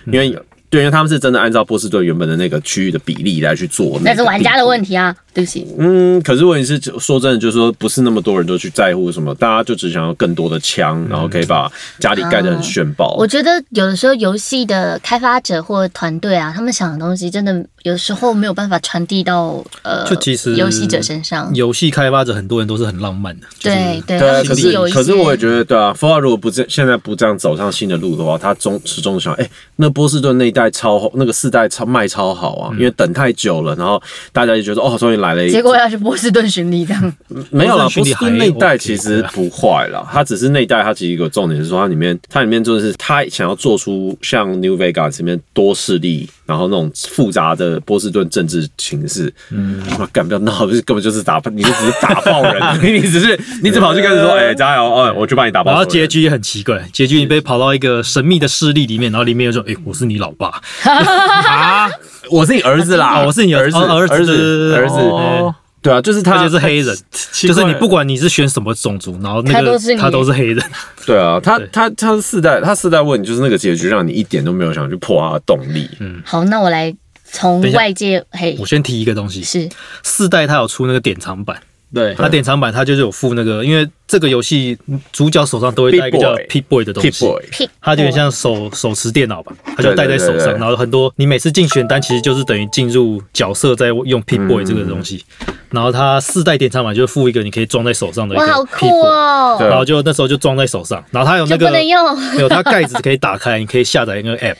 [SPEAKER 3] 因为有对，因为他们是真的按照波士顿原本的那个区域的比例来去做，
[SPEAKER 4] 那是玩家的问。题啊，对不起，
[SPEAKER 3] 嗯，可是问题是，就说真的，就是说不是那么多人都去在乎什么，大家就只想要更多的枪，然后可以把家里盖得很炫爆。
[SPEAKER 4] 嗯我觉得有的时候游戏的开发者或团队啊，他们想的东西真的有时候没有办法传递到呃，
[SPEAKER 1] 就其实
[SPEAKER 4] 游戏者身上。
[SPEAKER 1] 游戏开发者很多人都是很浪漫的，就是
[SPEAKER 3] 对
[SPEAKER 4] 对对，他
[SPEAKER 3] 啊，
[SPEAKER 4] 们
[SPEAKER 3] 可
[SPEAKER 4] 只
[SPEAKER 3] 是
[SPEAKER 4] 有一些，
[SPEAKER 3] 可是我也觉得，对啊 f o r 如果不这现在不这样走上新的路的话，他终始终想，哎、那波士顿那一代超那个四代超卖超好啊，因为等太久了，然后大家就觉得哦，终于来了一
[SPEAKER 4] 结果要是波士顿巡礼这样，
[SPEAKER 3] 没有啦，
[SPEAKER 1] 波士
[SPEAKER 3] 波
[SPEAKER 1] 顿兄弟
[SPEAKER 3] 士顿那一代
[SPEAKER 1] OK，
[SPEAKER 3] 其实
[SPEAKER 1] 对啊
[SPEAKER 3] 不坏啦，它只是那一代它其实有个重点是说它里面它里面就是它想要做出像 New Vegas 里面多势力，然后那种复杂的波士顿政治情势，嗯，哇，干不要闹，就是根本就是打，你就只是打
[SPEAKER 1] (laughs)
[SPEAKER 3] 爆人，你只是你只跑去跟人说，
[SPEAKER 1] 呃
[SPEAKER 3] 哎、加油，哎、我去帮你打爆
[SPEAKER 1] 然
[SPEAKER 3] 所有人，
[SPEAKER 1] 后结局也很奇怪，结局你被跑到一个神秘的势力里面，然后里面有说：“哎，我是你老爸啊，
[SPEAKER 3] (laughs) 我是你儿子啦，
[SPEAKER 1] 啊我是你儿
[SPEAKER 3] 儿
[SPEAKER 1] 子
[SPEAKER 3] 子，
[SPEAKER 1] 哦儿子
[SPEAKER 3] 儿
[SPEAKER 1] 对对
[SPEAKER 3] 子，
[SPEAKER 1] 对
[SPEAKER 3] 儿
[SPEAKER 1] 对对
[SPEAKER 3] 子，
[SPEAKER 1] 哦
[SPEAKER 3] 对啊，就是他
[SPEAKER 1] 而且是黑
[SPEAKER 3] (laughs)
[SPEAKER 1] 人，
[SPEAKER 2] 奇
[SPEAKER 1] 就
[SPEAKER 2] 怪
[SPEAKER 1] 是你不管你是选什么种族，然后那
[SPEAKER 4] 他都是
[SPEAKER 1] 个
[SPEAKER 4] 你
[SPEAKER 1] 他都是黑人， (laughs)
[SPEAKER 3] 对啊，他他他四代，他四代问题就是那个结局让你一点都没有想去破他的动力，
[SPEAKER 4] 好，那我来从
[SPEAKER 1] 等一下
[SPEAKER 4] 外界嘿
[SPEAKER 1] 我，先提一个东西，
[SPEAKER 4] 是
[SPEAKER 1] 四代它有出那个典藏版，
[SPEAKER 2] 对，
[SPEAKER 1] 它典藏版它就是有附那个，因为这个游戏主角手上都会带一个叫 Pit
[SPEAKER 3] Pit
[SPEAKER 1] Boy 的东
[SPEAKER 3] Pit
[SPEAKER 1] 西。
[SPEAKER 3] boy，
[SPEAKER 4] pick，
[SPEAKER 1] 它有点像手手持电脑吧，它就戴在手上，
[SPEAKER 3] 对对对对
[SPEAKER 1] 然后很多你每次进选单其实就是等于进入角色在用 Pit Boy 这个东西，然后它四代典藏版就附一个你可以装在手上的一个
[SPEAKER 4] 哇，好
[SPEAKER 1] Pit
[SPEAKER 4] 酷
[SPEAKER 1] Boy，、
[SPEAKER 4] 哦，
[SPEAKER 3] 对
[SPEAKER 1] 然后就那时候就装在手上，然后它有那
[SPEAKER 4] 就
[SPEAKER 1] 个
[SPEAKER 4] 不能用，
[SPEAKER 1] (laughs) 没有它盖子可以打开，你可以下载一个 App，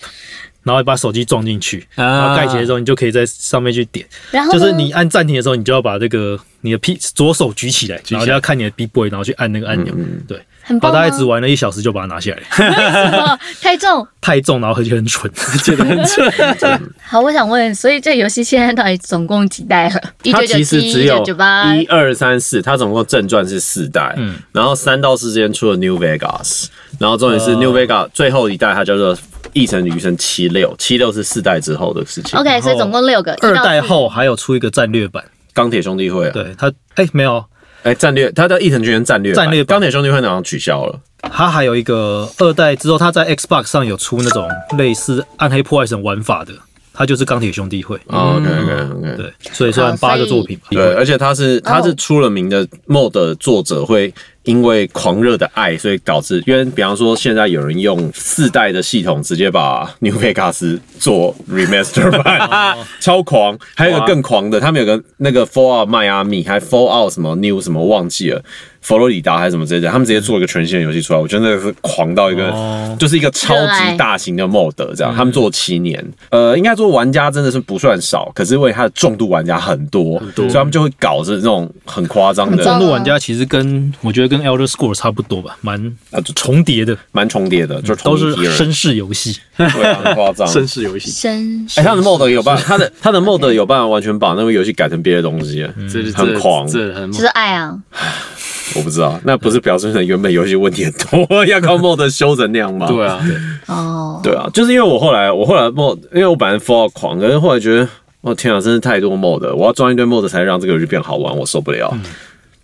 [SPEAKER 1] 然后把手机装进去，然后盖起来之后你就可以在上面去点，
[SPEAKER 4] 然后
[SPEAKER 1] 就是
[SPEAKER 4] 呢 (laughs)
[SPEAKER 1] 你按暂停的时候，你就要把这个你的 P 左手举起来，嗯然后就要看你的 B boy，然后去按那个按钮，对。
[SPEAKER 4] 很
[SPEAKER 1] 然
[SPEAKER 4] 棒啊
[SPEAKER 1] 后大
[SPEAKER 4] 吗
[SPEAKER 1] 概？只玩了一小时就把它拿下来， (laughs)
[SPEAKER 4] 哦太重。
[SPEAKER 1] 太重，然后而且很 (laughs) 蠢，
[SPEAKER 4] 好，我想问，所以这游戏现在到底总共几代了？一
[SPEAKER 3] 它
[SPEAKER 4] 九九
[SPEAKER 3] 其实
[SPEAKER 4] 七、
[SPEAKER 3] 只
[SPEAKER 4] 一
[SPEAKER 3] 有
[SPEAKER 4] 九九八，
[SPEAKER 3] 一二三四，它总共正传是四代，嗯，然后三到四之间出了 New Vegas，然后重点是 New Vegas 最后一代它叫做《异城余生七六》，七六是四代之后的事情。
[SPEAKER 4] OK，所以总共六个。
[SPEAKER 1] 二
[SPEAKER 4] 一到
[SPEAKER 1] 代
[SPEAKER 4] 四
[SPEAKER 1] 后还有出一个战略版，
[SPEAKER 3] 钢铁兄弟会啊，
[SPEAKER 1] 对它，哎、没有，
[SPEAKER 3] 哎，战略，它叫《异城余生战略版》，
[SPEAKER 1] 战略版
[SPEAKER 3] 钢铁兄弟会好像取消了。
[SPEAKER 1] 它还有一个二代之后，它在 Xbox 上有出那种类似暗黑破坏神玩法的，它就是钢铁兄弟会，
[SPEAKER 3] OK OK OK。
[SPEAKER 1] 对，所以算
[SPEAKER 4] 好
[SPEAKER 1] 八个
[SPEAKER 4] 所以
[SPEAKER 1] 作品吧，
[SPEAKER 3] 对，而且他是他是出了名的 mod 作者会因为狂热的爱，所以导致，因为比方说现在有人用四代的系统直接把 New Vegas 做 remaster 版，超狂。还有一个更狂的，他们有个那个 Fallout 迈阿密，还 Fallout 什么 New 什么忘记了。佛罗里达还是什么之类的，他们直接做一个全新的游戏出来，我觉得那个是狂到一个，
[SPEAKER 1] 哦
[SPEAKER 3] 就是一个超级大型的 mod 这
[SPEAKER 2] 嗯
[SPEAKER 3] 样，他们做了七年，呃，应该说玩家真的是不算少，可是因为它的重度玩家很多，所以他们就会搞着这种很夸张
[SPEAKER 4] 很
[SPEAKER 1] 中
[SPEAKER 4] 重
[SPEAKER 3] 的，
[SPEAKER 1] 度玩家其实跟我觉得跟 Elder Score 差不多吧，蛮
[SPEAKER 3] 啊就
[SPEAKER 1] 重叠的，
[SPEAKER 3] 蛮重叠的，就
[SPEAKER 1] 都
[SPEAKER 3] 同一
[SPEAKER 1] 是
[SPEAKER 3] 批人
[SPEAKER 1] 绅士游戏。
[SPEAKER 3] 对啊很夸张。
[SPEAKER 2] 绅士游戏，
[SPEAKER 4] 真
[SPEAKER 3] 哎、他的 mod 有办，他的他的 mod 有办法完全把那个游戏改成别的东西，
[SPEAKER 2] 嗯这这
[SPEAKER 3] 很狂
[SPEAKER 2] 这很
[SPEAKER 4] 就是爱啊，
[SPEAKER 3] 我不知道，那不是表示成原本游戏问题很多， (laughs) 要靠 mod 修成那样吗？
[SPEAKER 2] 对啊，
[SPEAKER 4] 哦，
[SPEAKER 3] 对啊，就是因为我后来我后来 mod，因为我本来 fall 狂，可是后来觉得，哦天啊，真是太多 mod，了我要装一堆 mod 才能让这个游戏变好玩，我受不
[SPEAKER 1] 嗯
[SPEAKER 3] 了。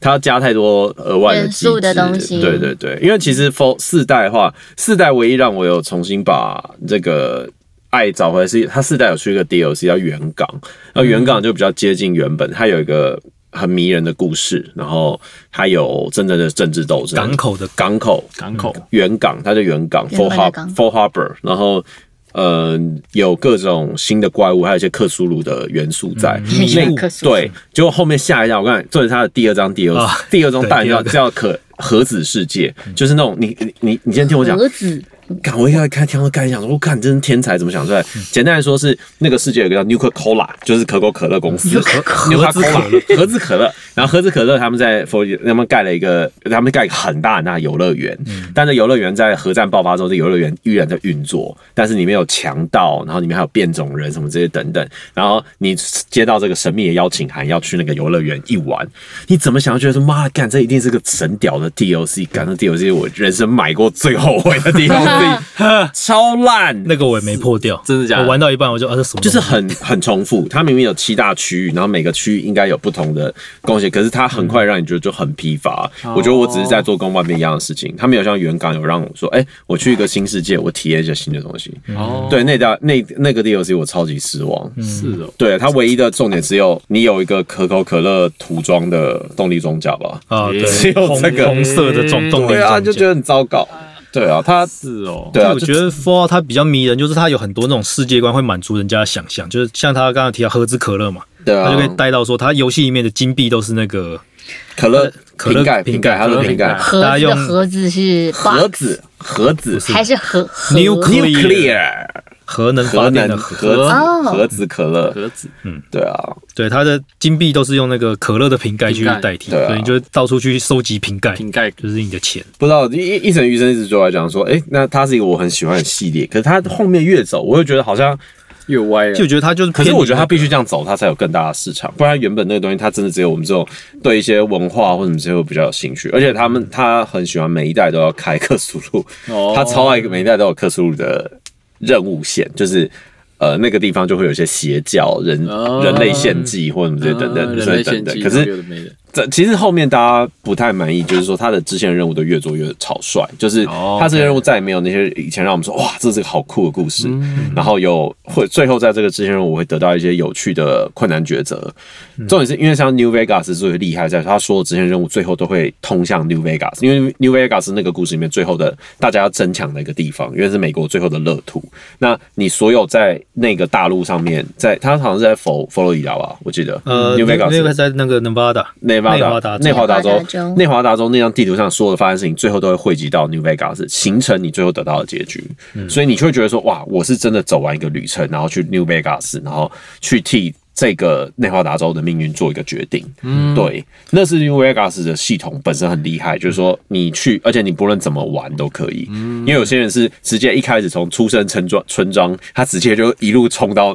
[SPEAKER 3] 它要加太多额外的
[SPEAKER 4] 元
[SPEAKER 3] 机制
[SPEAKER 4] 素的东西
[SPEAKER 3] 对对对，因为其实 f o 四代的话，四代唯一让我有重新把这个爱找回来是，它四代有出一个 DLC 叫原港，那原港就比较接近原本，它有一个很迷人的故事，然后它有真正的政治斗争，
[SPEAKER 1] 港口
[SPEAKER 3] (laughs)
[SPEAKER 1] 的
[SPEAKER 3] 港口
[SPEAKER 2] 港口
[SPEAKER 3] 原港，它叫原港 f u
[SPEAKER 4] 原本
[SPEAKER 3] l Harbor
[SPEAKER 4] 的港
[SPEAKER 3] f u l Harbor，然后呃有各种新的怪物，还有一些克苏鲁的元素在。
[SPEAKER 1] 嗯迷雾
[SPEAKER 4] 克苏鲁
[SPEAKER 3] 对，结果后面下一章，我刚才这是它的第二章 DLC，、
[SPEAKER 1] 啊
[SPEAKER 3] 第二章大
[SPEAKER 1] 对
[SPEAKER 3] 叫
[SPEAKER 1] 第嗯
[SPEAKER 3] 叫可核子世界，就是那种你你你你先听我讲，
[SPEAKER 4] 盒子
[SPEAKER 3] 看我一开始看天文概念，想说，我看你真是天才，怎么想出来？
[SPEAKER 1] 嗯
[SPEAKER 3] 简单来说是那个世界有一个叫 Nuka Cola，就是可口可乐公司，
[SPEAKER 1] 盒子可
[SPEAKER 3] 乐，盒子可乐。然后盒子可乐他们在佛罗里他们盖了一个，他们盖一个很大很大的游乐园，但是游乐园在核战爆发之后，这游乐园依然在运作，但是里面有强盗，然后里面还有变种人什么这些等等。然后你接到这个神秘的邀请函，要去那个游乐园一玩，你怎么想？觉得说妈干，这一定是个神屌的 DLC，干这 DLC 是我人生买过最后悔的 DLC，超烂，
[SPEAKER 1] 那个我也没破掉，
[SPEAKER 2] 真的假的
[SPEAKER 1] 我玩到一半我就啊，这什么东西？
[SPEAKER 3] 就是很 (laughs) 很重复。它明明有七大区域，然后每个区域应该有不同的贡献，可是它很快让你觉得就很疲乏。
[SPEAKER 1] 哦
[SPEAKER 3] 我觉得我只是在做跟外面一样的事情，它没有像原港有让我说，哎、我去一个新世界，我体验一些新的东西。
[SPEAKER 1] 嗯
[SPEAKER 2] 哦，
[SPEAKER 3] 对，那家那那个 DLC 我超级失望。
[SPEAKER 2] 是哦，
[SPEAKER 3] 对，它唯一的重点只有你有一个可口可乐涂装的动力装甲吧？
[SPEAKER 1] 啊，对，
[SPEAKER 2] 只
[SPEAKER 3] 有
[SPEAKER 1] 红
[SPEAKER 3] 这个
[SPEAKER 1] 红色的重动力
[SPEAKER 3] 对啊，
[SPEAKER 1] 装
[SPEAKER 3] 就
[SPEAKER 1] 甲
[SPEAKER 3] 觉。得很糟糕。对啊，它
[SPEAKER 2] 是哦，
[SPEAKER 3] 对啊，
[SPEAKER 1] 我
[SPEAKER 3] 就
[SPEAKER 1] 觉得 Fallout 它比较迷人，就是它有很多那种世界观会满足人家的想象，就是像他刚刚提到喝之可乐嘛，
[SPEAKER 3] 对啊
[SPEAKER 1] 他就可以带到说，他游戏里面的金币都是那个
[SPEAKER 3] 可乐
[SPEAKER 1] 可乐
[SPEAKER 3] 瓶盖
[SPEAKER 1] 瓶
[SPEAKER 3] 瓶盖，
[SPEAKER 1] 盖
[SPEAKER 3] 它
[SPEAKER 1] 可
[SPEAKER 3] 的
[SPEAKER 1] 乐
[SPEAKER 3] 瓶盖
[SPEAKER 4] 盒
[SPEAKER 1] 大家
[SPEAKER 4] 子的
[SPEAKER 1] 用
[SPEAKER 4] 盒子是
[SPEAKER 3] 盒子盒子
[SPEAKER 4] 还是盒盒
[SPEAKER 1] Nuclear
[SPEAKER 3] nuclear
[SPEAKER 1] 核能
[SPEAKER 3] 核
[SPEAKER 1] 发电
[SPEAKER 3] 能
[SPEAKER 1] 的
[SPEAKER 3] 核
[SPEAKER 1] 核，
[SPEAKER 3] 子
[SPEAKER 4] 哦
[SPEAKER 3] 核子可乐，
[SPEAKER 2] 盒子
[SPEAKER 3] 对啊，
[SPEAKER 1] 对，它的金币都是用那个可乐的瓶盖去
[SPEAKER 2] 瓶盖
[SPEAKER 1] 代替，
[SPEAKER 3] 对啊
[SPEAKER 1] 所以你就到处去收集瓶盖，
[SPEAKER 2] 瓶盖
[SPEAKER 1] 就是你的钱。
[SPEAKER 3] 不知道一一整余生一直对我来讲说，哎，那它是一个我很喜欢的系列，可是它后面越走，我又觉得好像，
[SPEAKER 2] 越歪了
[SPEAKER 3] 啊
[SPEAKER 1] 就，觉得它就是偏
[SPEAKER 3] 可
[SPEAKER 1] 离
[SPEAKER 3] 是
[SPEAKER 1] 那个，
[SPEAKER 3] 我觉得它必须这样走，它才有更大的市场，不然原本那个东西，它真的只有我们这种对一些文化或什么之类会比较有兴趣，而且他们他很喜欢每一代都要开 (laughs) 克苏鲁，
[SPEAKER 2] 哦
[SPEAKER 3] 他超爱每一代都有克苏鲁的任务线，就是。呃，那个地方就会有一些邪教、人、
[SPEAKER 2] 哦
[SPEAKER 3] 人类献祭或什么之类等
[SPEAKER 2] 啊
[SPEAKER 3] 等、
[SPEAKER 2] 人
[SPEAKER 3] 之类
[SPEAKER 2] 类
[SPEAKER 3] 等
[SPEAKER 2] 献
[SPEAKER 3] 等。
[SPEAKER 2] 祭，
[SPEAKER 3] 可是
[SPEAKER 2] 有的没的，
[SPEAKER 3] 这其实后面大家不太满意，就是说他的支线任务都越做越草率，就是
[SPEAKER 2] 哦
[SPEAKER 3] 他这些任务再也没有那些以前让我们说哇，这是个好酷的故事，
[SPEAKER 1] 嗯
[SPEAKER 3] 然后有会最后在这个支线任务我会得到一些有趣的困难抉择。
[SPEAKER 1] 嗯
[SPEAKER 3] 重点是因为像 New Vegas 最厉害在于它所有支线任务最后都会通向 New Vegas，因为 New Vegas 那个故事里面最后的大家要争抢的一个地方，因为是美国最后的乐土。那你所有在那个大陆上面，在它好像是在佛佛罗里达吧，我记得，
[SPEAKER 1] 呃，
[SPEAKER 3] 嗯，New
[SPEAKER 1] 那
[SPEAKER 3] Vegas 嗯
[SPEAKER 1] 那个在那个 Nevada，
[SPEAKER 3] 内华
[SPEAKER 1] 内华达
[SPEAKER 3] 达、内华达
[SPEAKER 4] 内华
[SPEAKER 3] 州
[SPEAKER 4] 达州、
[SPEAKER 3] 内华达州那张地图上所有的发生事情，最后都会汇集到 New Vegas，形成你最后得到的结局。所以你就会觉得说，哇，我是真的走完一个旅程，然后去 New Vegas，然后去替这个内华达州的命运做一个决定。嗯，对，那是 New Vegas 的系统本身很厉害，就是说你去，而且你不论怎么玩都可以。因为有些人是直接一开始从出生村庄村庄，他直接就一路冲到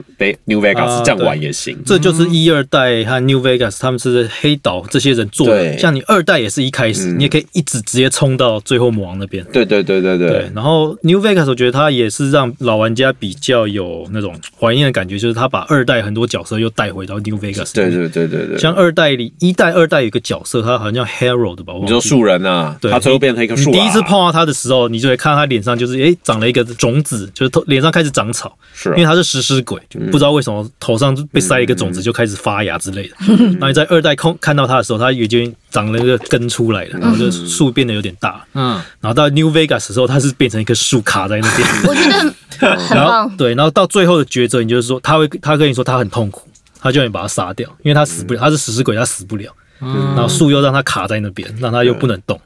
[SPEAKER 3] New
[SPEAKER 1] 啊
[SPEAKER 3] Vegas，这样
[SPEAKER 1] 对
[SPEAKER 3] 玩也行。
[SPEAKER 1] 这就是一二代和 New Vegas 他们是黑岛这些人做的。
[SPEAKER 3] 对嗯
[SPEAKER 1] 像你二代也是一开始，你也可以一直直接冲到最后魔王那边。
[SPEAKER 3] 对对对对对
[SPEAKER 1] 对，，然后 New Vegas 我觉得它也是让老玩家比较有那种怀念的感觉，就是他把二代很多角色又带回到 New Vegas。
[SPEAKER 3] 对，对对对对。
[SPEAKER 1] 像二代里一代、二代有个角色，他好像叫 Harold 吧，我
[SPEAKER 3] 你
[SPEAKER 1] 忘
[SPEAKER 3] 说
[SPEAKER 1] 记了。
[SPEAKER 3] 树人啊，
[SPEAKER 1] 对
[SPEAKER 3] 他最后变成一棵树、啊。
[SPEAKER 1] 你第一次碰到他的时候，你就会看到他脸上就是诶长了一个种子，就是头脸上开始长草，
[SPEAKER 3] 是啊嗯
[SPEAKER 1] 因为他是食尸鬼，就不知道为什 (laughs)
[SPEAKER 3] 嗯
[SPEAKER 1] 么头上被塞一个种子就开始发芽之类的。那你在二代控看到他的时候，他已经长了一个根出来了，然后就树变得有点大。
[SPEAKER 2] 嗯，
[SPEAKER 1] 然后到 New Vegas 的时候，它是变成一棵树卡在那边。
[SPEAKER 4] 我觉
[SPEAKER 1] (laughs)
[SPEAKER 4] 得很
[SPEAKER 1] 然后
[SPEAKER 4] 棒，
[SPEAKER 1] 对，然后到最后的抉择，你就是说他会他跟你说他很痛苦，他叫你把他杀掉，因为他死不了，他是食尸鬼，他死不了。然后树又让他卡在那边，让他又不能动，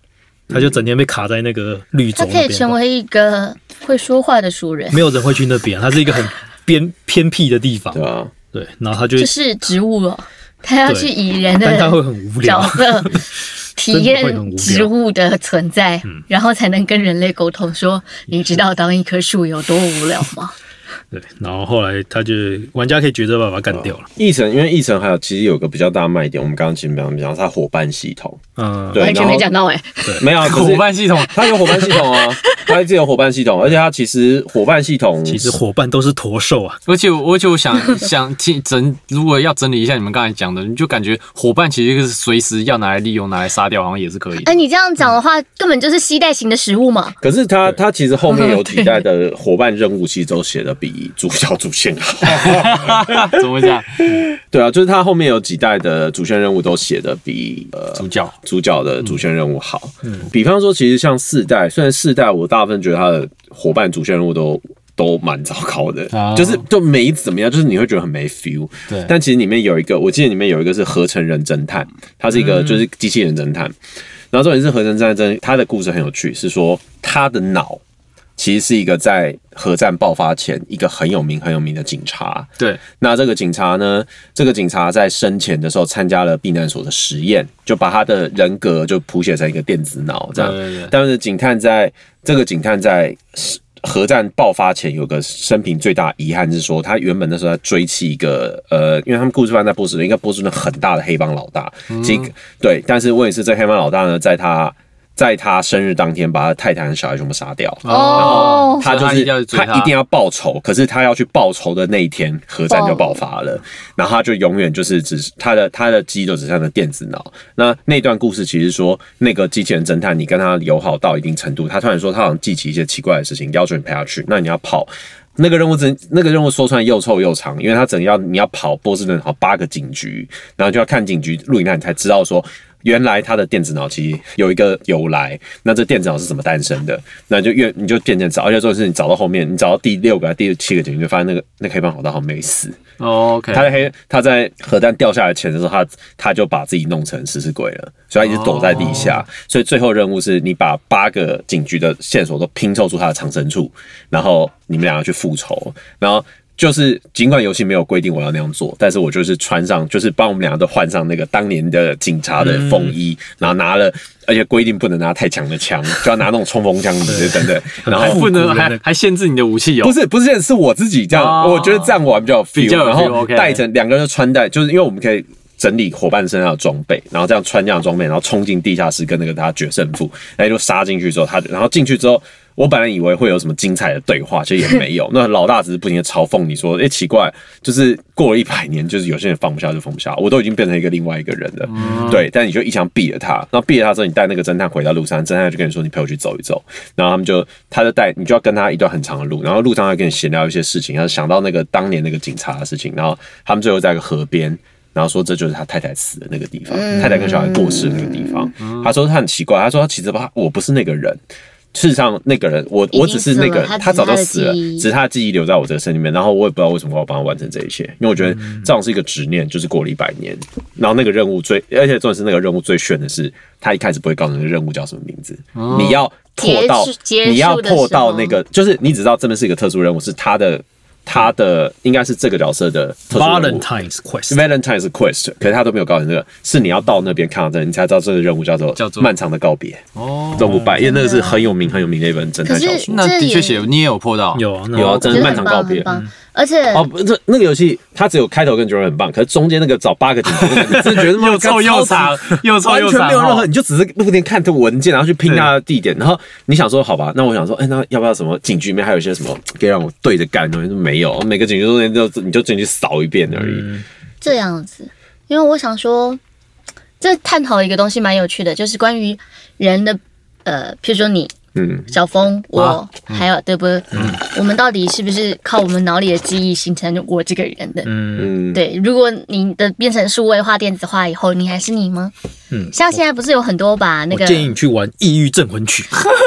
[SPEAKER 1] 他就整天被卡在那个绿
[SPEAKER 4] 他
[SPEAKER 1] 洲
[SPEAKER 4] 可
[SPEAKER 1] 那
[SPEAKER 4] 以成
[SPEAKER 1] 边。
[SPEAKER 4] 为一个会说话的熟人，
[SPEAKER 1] 没有人会去那边，啊它是一个很偏偏僻的地方
[SPEAKER 3] 对。啊，
[SPEAKER 1] 对，然后他就
[SPEAKER 4] 就，是植物哦，他要去以人
[SPEAKER 1] 但他会
[SPEAKER 4] 的
[SPEAKER 1] 很无
[SPEAKER 4] 角
[SPEAKER 1] 聊。 (laughs)
[SPEAKER 4] 色体
[SPEAKER 1] 真的会很无聊
[SPEAKER 4] 验植物的存在，
[SPEAKER 1] 嗯
[SPEAKER 4] 然后才能跟人类沟通说，你知道当一棵树有多无聊吗？
[SPEAKER 1] 对，然后后来他就玩家可以抉择把他干掉了。
[SPEAKER 3] 议程因为议程还有其实有个比较大的卖点，我们刚刚其实没有讲，它伙伴系统，
[SPEAKER 1] 嗯，
[SPEAKER 3] 对
[SPEAKER 4] 完全
[SPEAKER 3] 然后
[SPEAKER 4] 没讲到哎，
[SPEAKER 3] 没
[SPEAKER 1] (laughs)
[SPEAKER 3] 有啊，可是
[SPEAKER 2] 伙伴系统
[SPEAKER 3] 它有伙伴系统啊，它一直有伙伴系统，而且它其实伙伴系统
[SPEAKER 1] 其实伙伴都是驼兽啊，
[SPEAKER 2] 而且我，而且我想 (laughs) 想听整，如果要整理一下你们刚才讲的，你就感觉伙伴其实是随时要拿来利用、拿来杀掉，好像也是可以的
[SPEAKER 4] 哎，。你这样讲的话，根本就是吸带型的食物嘛。
[SPEAKER 3] 可是他他其实后面有几代的伙伴任务，其实都写的比主角主线好。
[SPEAKER 2] 怎么讲？
[SPEAKER 3] 对啊，就是他后面有几代的主线任务都写的比呃
[SPEAKER 2] 主角嗯
[SPEAKER 3] 主角的主线任务好。比方说，其实像四代，虽然四代我大部分觉得他的伙伴主线任务都。都蛮糟糕的，
[SPEAKER 2] 哦
[SPEAKER 3] 就是就没怎么样，就是你会觉得很没 feel。
[SPEAKER 2] 对
[SPEAKER 3] 但其实里面有一个，我记得里面有一个是合成人侦探，他是一
[SPEAKER 2] 嗯
[SPEAKER 3] 个就是机器人侦探。然后重点是合成战争，他的故事很有趣，是说他的脑其实是一个在核战爆发前一个很有名很有名的警察。
[SPEAKER 2] 对，
[SPEAKER 3] 那这个警察呢，这个警察在生前的时候参加了避难所的实验，就把他的人格就谱写成一个电子脑这样。
[SPEAKER 2] (laughs) 对对对
[SPEAKER 3] 但是警探在这个警探在核战爆发前有个生平最大的遗憾是说，他原本那时候在追弃一个呃，因为他们故事发生在波士顿，应该波士顿很大的黑帮老大，
[SPEAKER 2] 嗯
[SPEAKER 3] 其实对，但是问题是这黑帮老大呢，在他在他生日当天把他太太和小孩全部杀掉。
[SPEAKER 4] 哦，
[SPEAKER 3] 他就
[SPEAKER 2] 所以他一
[SPEAKER 3] 是
[SPEAKER 2] 定要去追
[SPEAKER 3] 他
[SPEAKER 2] 他
[SPEAKER 3] 一定要报仇，可是他要去报仇的那一天，核战就爆发了，然后他就永远就是只是他的他的肌肉只剩下电子脑。那那段故事其实说，那个机器人侦探，你跟他友好到一定程度，他突然说他好像记起一些奇怪的事情，要求你陪他去，那你要跑。那个任务真，那个任务说出来又臭又长，因为他整个要你要跑波士顿好八个警局，然后就要看警局录影带，你才知道说原来他的电子脑其实有一个由来。那这电子脑是怎么诞生的？那就越你就渐渐找，而且重点是你找到后面，你找到第六个、还是第七个警局，就发现那个那个黑帮老大好像没死。
[SPEAKER 2] 哦，OK，
[SPEAKER 3] 他在黑他在核弹掉下来前的时候，他他就把自己弄成食尸鬼了，所以他一直躲在地下。所以最后任务是你把八个警局的线索都拼凑出他的藏身处，然后你们两个去复仇。然后就是尽管游戏没有规定我要那样做，但是我就是穿上，就是帮我们两个都换上那个当年的警察的风衣，然后拿了，而且规定不能拿太强的枪，就要拿那种冲锋枪之类的等等，然
[SPEAKER 2] 还
[SPEAKER 3] 后。
[SPEAKER 2] 不能
[SPEAKER 1] 复古的那
[SPEAKER 2] 还
[SPEAKER 1] 个
[SPEAKER 2] 还限制你的武器
[SPEAKER 3] 不
[SPEAKER 2] 哦。
[SPEAKER 3] 是不是，是我自己这样，
[SPEAKER 2] 哦
[SPEAKER 3] 我觉得这样玩比较有 feel，
[SPEAKER 2] 比较有
[SPEAKER 3] 然
[SPEAKER 2] feel，
[SPEAKER 3] 后
[SPEAKER 2] OK
[SPEAKER 3] 带着两个人就穿戴，就是因为我们可以。整理伙伴身上的装备，然后这样穿这样的装备，然后冲进地下室跟那个他决胜负，然后就杀进去之后，他然后进去之后，我本来以为会有什么精彩的对话，其实也没有。
[SPEAKER 2] (laughs)
[SPEAKER 3] 那老大只是不停的嘲讽你说：“哎、奇怪，就是过了一百年，就是有些人放不下就放不下，我都已经变成一个另外一个人了。
[SPEAKER 2] 嗯
[SPEAKER 3] 对，但你就一枪毙了他，然后毙了他之后，你带那个侦探回到路上，侦探就跟你说：“你陪我去走一走。”然后他们就他就带你就要跟他一段很长的路，然后路上要跟你闲聊一些事情，他想到那个当年那个警察的事情，然后他们最后在一个河边。然后说这就是他太太死的那个地方，太太跟小孩过世的那个地方。他说他很奇怪，他说他其实他我不是那个人，事实上那个人我我只是那个
[SPEAKER 4] 已经死了
[SPEAKER 3] 他
[SPEAKER 4] 他
[SPEAKER 3] 早就
[SPEAKER 4] 只是他的
[SPEAKER 3] 死了，
[SPEAKER 4] 记忆
[SPEAKER 3] 只是他的记忆留在我这个身里面。然后我也不知道为什么我要帮他完成这一切，因为我觉得这种是一个执念，就是过了一百年。然后那个任务最，而且重点是那个任务最炫的是，他一开始不会告诉你那个任务叫什么名字，你要破到
[SPEAKER 4] 结束
[SPEAKER 3] 你要
[SPEAKER 4] 结束的
[SPEAKER 3] 破到
[SPEAKER 4] 时候
[SPEAKER 3] 那个，就是你只知道这边是一个特殊任务，是他的他的应该是这个角色的特殊任务。
[SPEAKER 1] Valentine's Quest，
[SPEAKER 3] Valentine's Quest，可是他都没有告诉你这个，是你要到那边看到这个，你才知道这个任务叫做
[SPEAKER 2] 叫做
[SPEAKER 3] 漫长的告别。
[SPEAKER 2] 哦，
[SPEAKER 3] 这五百，因为那个是很有名很有名的一本侦探小说。
[SPEAKER 2] 那的确
[SPEAKER 4] 这也
[SPEAKER 2] 写你也有破到，
[SPEAKER 1] 有啊，那
[SPEAKER 3] 有啊，真的
[SPEAKER 4] 觉得
[SPEAKER 3] 漫
[SPEAKER 4] 很
[SPEAKER 3] 长
[SPEAKER 4] 棒
[SPEAKER 3] 告
[SPEAKER 4] 很
[SPEAKER 3] 别。
[SPEAKER 1] 嗯
[SPEAKER 4] 棒而且
[SPEAKER 3] 哦，不，这那个游戏它只有开头跟结尾很棒，可是中间那个找八个
[SPEAKER 2] (laughs)
[SPEAKER 3] 警察，你真的觉得妈
[SPEAKER 2] 又臭又
[SPEAKER 3] 超
[SPEAKER 2] 长
[SPEAKER 3] 级，
[SPEAKER 2] (laughs) 又臭
[SPEAKER 3] 完
[SPEAKER 2] 又
[SPEAKER 3] 全
[SPEAKER 2] 长，
[SPEAKER 3] 没有任何，
[SPEAKER 2] 哦
[SPEAKER 3] 你就只是不停看这文件，然后去拼它的地点，然后你想说好吧，那我想说，哎，那要不要什么警局里面还有一些什么可以让我对着干的东西？没有，每个警局中间就你就进去扫一遍而已。
[SPEAKER 4] 这样子，因为我想说，这探讨一个东西蛮有趣的，就是关于人的呃，譬如说你
[SPEAKER 6] 嗯，
[SPEAKER 4] 小峰，
[SPEAKER 1] 啊
[SPEAKER 4] 我
[SPEAKER 1] 嗯
[SPEAKER 4] 还有对不？我们到底是不是靠我们脑里的记忆形成我这个人的？
[SPEAKER 1] 嗯，
[SPEAKER 6] 嗯，
[SPEAKER 4] 对，如果你的变成数位化、电子化以后，你还是你吗？
[SPEAKER 1] 嗯
[SPEAKER 4] 像现在不是有很多把那
[SPEAKER 1] 我
[SPEAKER 4] 个
[SPEAKER 1] 建议你去玩《抑郁镇魂曲》，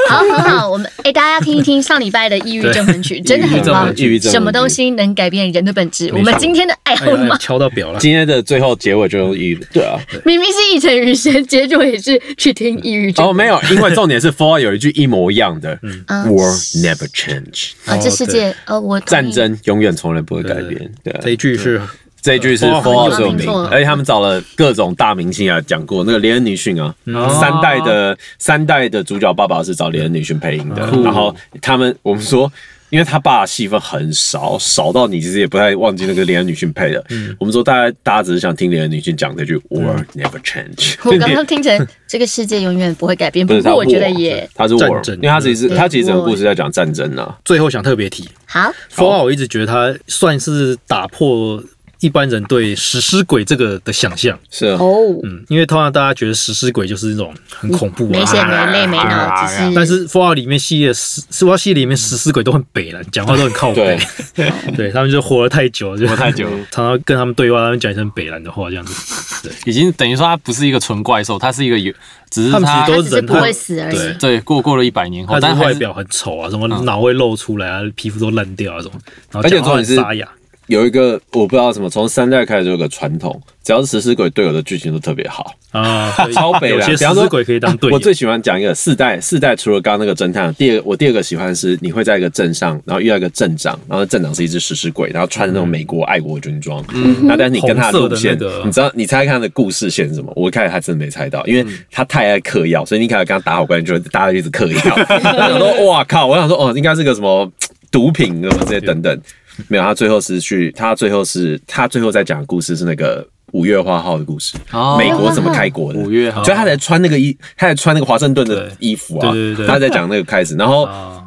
[SPEAKER 4] 好很好，我们 (laughs) 哎、大家听一听上礼拜的《抑郁
[SPEAKER 1] (laughs)
[SPEAKER 4] 症魂曲》，真的很棒。
[SPEAKER 6] 抑郁症
[SPEAKER 4] 什么东？西能改变人的本质？
[SPEAKER 1] 错
[SPEAKER 4] 我们今天的爱
[SPEAKER 1] (laughs) 哎
[SPEAKER 4] 好
[SPEAKER 1] 呀，
[SPEAKER 4] 吗？
[SPEAKER 1] 敲到表了。
[SPEAKER 3] 今天的最后结尾就用抑郁，对啊，
[SPEAKER 4] 明明是一成余生，结果也是去听抑郁症。
[SPEAKER 3] 哦，没有，因为重点是 f o r 有一句一模一样的
[SPEAKER 4] 啊
[SPEAKER 3] “War never change”，
[SPEAKER 4] 啊，这世界呃，我同意
[SPEAKER 3] 战争永远从来不会改变。对
[SPEAKER 1] (laughs)
[SPEAKER 3] 啊，
[SPEAKER 1] 这一句是
[SPEAKER 3] 这一句是
[SPEAKER 4] 哦
[SPEAKER 3] f o
[SPEAKER 1] Fallout
[SPEAKER 3] r 最有
[SPEAKER 4] 没
[SPEAKER 3] 名
[SPEAKER 4] 错，
[SPEAKER 3] 而且他们找了各种大明星来啊讲过，那个连恩尼逊啊，
[SPEAKER 4] 嗯
[SPEAKER 3] 三代的三代的主角爸爸是找连恩尼逊配音的，
[SPEAKER 4] 嗯
[SPEAKER 3] 然后他们我们说。因为他爸戏份很少，少到你其实也不太忘记那个连恩女逊配的。
[SPEAKER 4] 嗯
[SPEAKER 3] 我们说大家大家只是想听连恩女逊讲这句 “War never change”，
[SPEAKER 4] 我刚刚听
[SPEAKER 3] (laughs)
[SPEAKER 4] 成这个世界永远不会改变，
[SPEAKER 3] 不
[SPEAKER 4] 不
[SPEAKER 3] 是他
[SPEAKER 4] 过我觉得
[SPEAKER 3] war， (laughs)
[SPEAKER 4] 也
[SPEAKER 3] 他是 war，
[SPEAKER 1] 战争
[SPEAKER 3] 因为他其实
[SPEAKER 4] 对
[SPEAKER 3] 他其实整个故事在讲战争呢、啊。
[SPEAKER 1] 最后想特别提，
[SPEAKER 4] 好。
[SPEAKER 1] f o r 我一直觉得它算是打破一般人对食尸鬼这个的想象，
[SPEAKER 3] 是啊，
[SPEAKER 4] 哦，
[SPEAKER 1] 嗯，因为通常大家觉得食尸鬼就是那种很恐怖
[SPEAKER 4] 没
[SPEAKER 1] 啊。
[SPEAKER 4] 血没泪没脑，只是
[SPEAKER 1] 但是《Fallout》里面系列食，《Fallout》系列里面食尸鬼都很北了，讲话都很靠北
[SPEAKER 3] 对，
[SPEAKER 1] 对他们就活得太久，就
[SPEAKER 2] 活太久了
[SPEAKER 1] 常常跟他们对话，他们讲一声北兰的话，这样子。
[SPEAKER 2] 已经等于说它不是一个纯怪兽，它是一个有，只是
[SPEAKER 1] 他们其实
[SPEAKER 2] 它
[SPEAKER 1] 都
[SPEAKER 4] 他只是
[SPEAKER 1] 人
[SPEAKER 4] 不会死而已
[SPEAKER 1] 对。
[SPEAKER 2] 对过过了一百年后，
[SPEAKER 1] 他
[SPEAKER 2] 但
[SPEAKER 1] 是
[SPEAKER 2] 还
[SPEAKER 1] 外
[SPEAKER 2] 是
[SPEAKER 1] 表很丑啊，什么脑会露出来啊，皮肤都烂掉啊，什么，然后
[SPEAKER 3] 而且
[SPEAKER 1] 讲话
[SPEAKER 3] 重
[SPEAKER 1] 很
[SPEAKER 3] 点是
[SPEAKER 1] 沙哑。
[SPEAKER 3] 有一个我不知道什么，从三代开始就有个传统，只要是食尸鬼队友的剧情都特别好，
[SPEAKER 1] 啊，所以
[SPEAKER 3] 超北
[SPEAKER 1] 有
[SPEAKER 3] 啦
[SPEAKER 1] 些食尸鬼可以当队友
[SPEAKER 3] 我。最喜欢讲一个四代，四代除了刚刚那个侦探，第二个我第二个喜欢的是你会在一个镇上，然后遇到一个镇长，然后镇长是一只食尸鬼，然后穿着那种美国爱国军装，嗯，然后但是你跟他路线，
[SPEAKER 1] 嗯红色的那个
[SPEAKER 3] 你知道你猜看他的故事线是什么？我一开始还真没猜到，因
[SPEAKER 1] 嗯
[SPEAKER 3] 为他太爱嗑药，所以你一开始跟他打好关系，就会大家就一直嗑
[SPEAKER 1] (laughs)
[SPEAKER 3] 药。我想说，哇靠！我想说，哦，应该是个什么毒品什么这些等等。 (laughs) 没有，他最后是去，他最后是他最后在讲的故事是那个五月花号的故事，
[SPEAKER 2] 哦
[SPEAKER 3] 美国怎么开国的？
[SPEAKER 2] 五月号
[SPEAKER 3] 所以他才穿那个衣，他才穿那个华盛顿的
[SPEAKER 1] 对
[SPEAKER 3] 衣服啊，
[SPEAKER 1] 对对对对
[SPEAKER 3] 他才讲那个开始，然后
[SPEAKER 1] (laughs) 啊，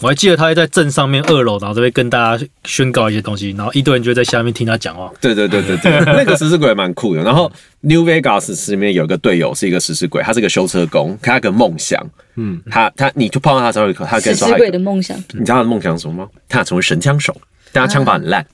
[SPEAKER 1] 我还记得他还在镇上面二楼，然后这边跟大家宣告一些东西，然后一堆人就会在下面听他讲话。
[SPEAKER 3] 对对对对
[SPEAKER 1] (laughs)
[SPEAKER 3] 对，那个食尸鬼也蛮酷的。然后 New Vegas 里面有个队友是一个食尸鬼，他是个修车工，他有个梦想，嗯，他他你就碰到他的时候，他跟
[SPEAKER 7] 食
[SPEAKER 3] 你
[SPEAKER 7] 尸
[SPEAKER 3] 说他有
[SPEAKER 7] 鬼
[SPEAKER 3] 一
[SPEAKER 7] 的
[SPEAKER 3] 个，
[SPEAKER 7] 梦想，
[SPEAKER 3] 你知道他的梦想是什么吗？他想成为神枪手。但他枪法
[SPEAKER 1] (laughs)
[SPEAKER 3] 很烂，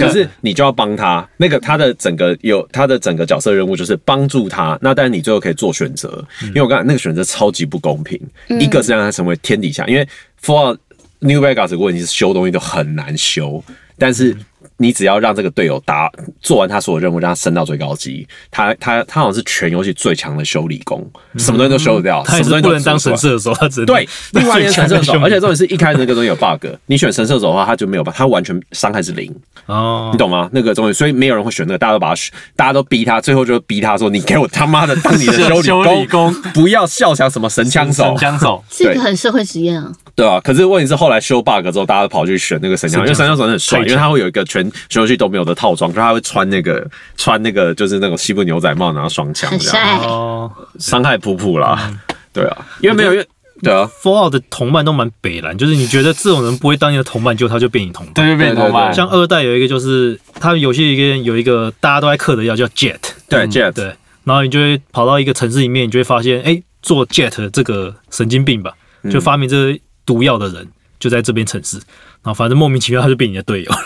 [SPEAKER 3] 可是你就要帮他。那个他的整个有他的整个角色任务就是帮助他。那但是你最后可以做选择，
[SPEAKER 1] 嗯
[SPEAKER 3] 因为我刚才那个选择超级不公平。一个是让他成为天底下，因为 For New Vegas 的问题是修东西都很难修，但是你只要让这个队友达做完他所有任务，让他升到最高级，他他他好像是全游戏最强的修理工，什么东西都修得掉，
[SPEAKER 1] 嗯他
[SPEAKER 3] 什
[SPEAKER 1] 也
[SPEAKER 3] 么
[SPEAKER 1] 是
[SPEAKER 3] 东西
[SPEAKER 1] 不
[SPEAKER 3] 都
[SPEAKER 1] 能当
[SPEAKER 3] 做
[SPEAKER 1] 神
[SPEAKER 3] 得出
[SPEAKER 1] 射手，
[SPEAKER 3] 来。
[SPEAKER 1] 他只能
[SPEAKER 3] (laughs) 对，另外一个神射手，而且
[SPEAKER 1] 这
[SPEAKER 3] 重点是一开始那个东西有 (laughs) bug，你选神射手的话，他就没有 bug，他完全伤害是零，
[SPEAKER 1] 哦
[SPEAKER 3] 你，懂吗？那个东西，所以没有人会选那个，大家都把他选，大家都逼他，最后就逼他说：“你给我他妈的当你的 (laughs) 修理
[SPEAKER 2] 修理
[SPEAKER 3] 工
[SPEAKER 2] 工，
[SPEAKER 3] 不要笑想什么神枪手
[SPEAKER 2] 神，枪手，
[SPEAKER 4] 是一个很社会实验啊，
[SPEAKER 3] 对啊，可是问题是后来修 bug 之后，大家都跑去选那个神枪，因为神枪手很帅，
[SPEAKER 1] 太
[SPEAKER 3] 因
[SPEAKER 1] 强
[SPEAKER 3] 为他会有一个全全游戏都没有的套装，就是他会穿那个穿那个就是那种西部牛仔帽，然后双枪
[SPEAKER 4] 很
[SPEAKER 3] 这样，
[SPEAKER 4] 帅。
[SPEAKER 1] 哦
[SPEAKER 3] 伤害普普啦。对啊，因为没有因为对啊，
[SPEAKER 1] ，Fallout 的同伴都蛮北蓝，就是你觉得这种人不会当你的同伴，结果他就变你同
[SPEAKER 2] 对
[SPEAKER 1] 伴。
[SPEAKER 2] 对对，同伴，
[SPEAKER 1] 像二代有一个就是他们游戏里面有一个大家都在嗑的药叫 Jet，
[SPEAKER 3] 对啊 Jet
[SPEAKER 1] 对，然后你就会跑到一个城市里面，你就会发现，哎，做 Jet 这个神经病吧，就发明这个毒药的人就在这边城市，然后反正莫名其妙他就变你的队友了。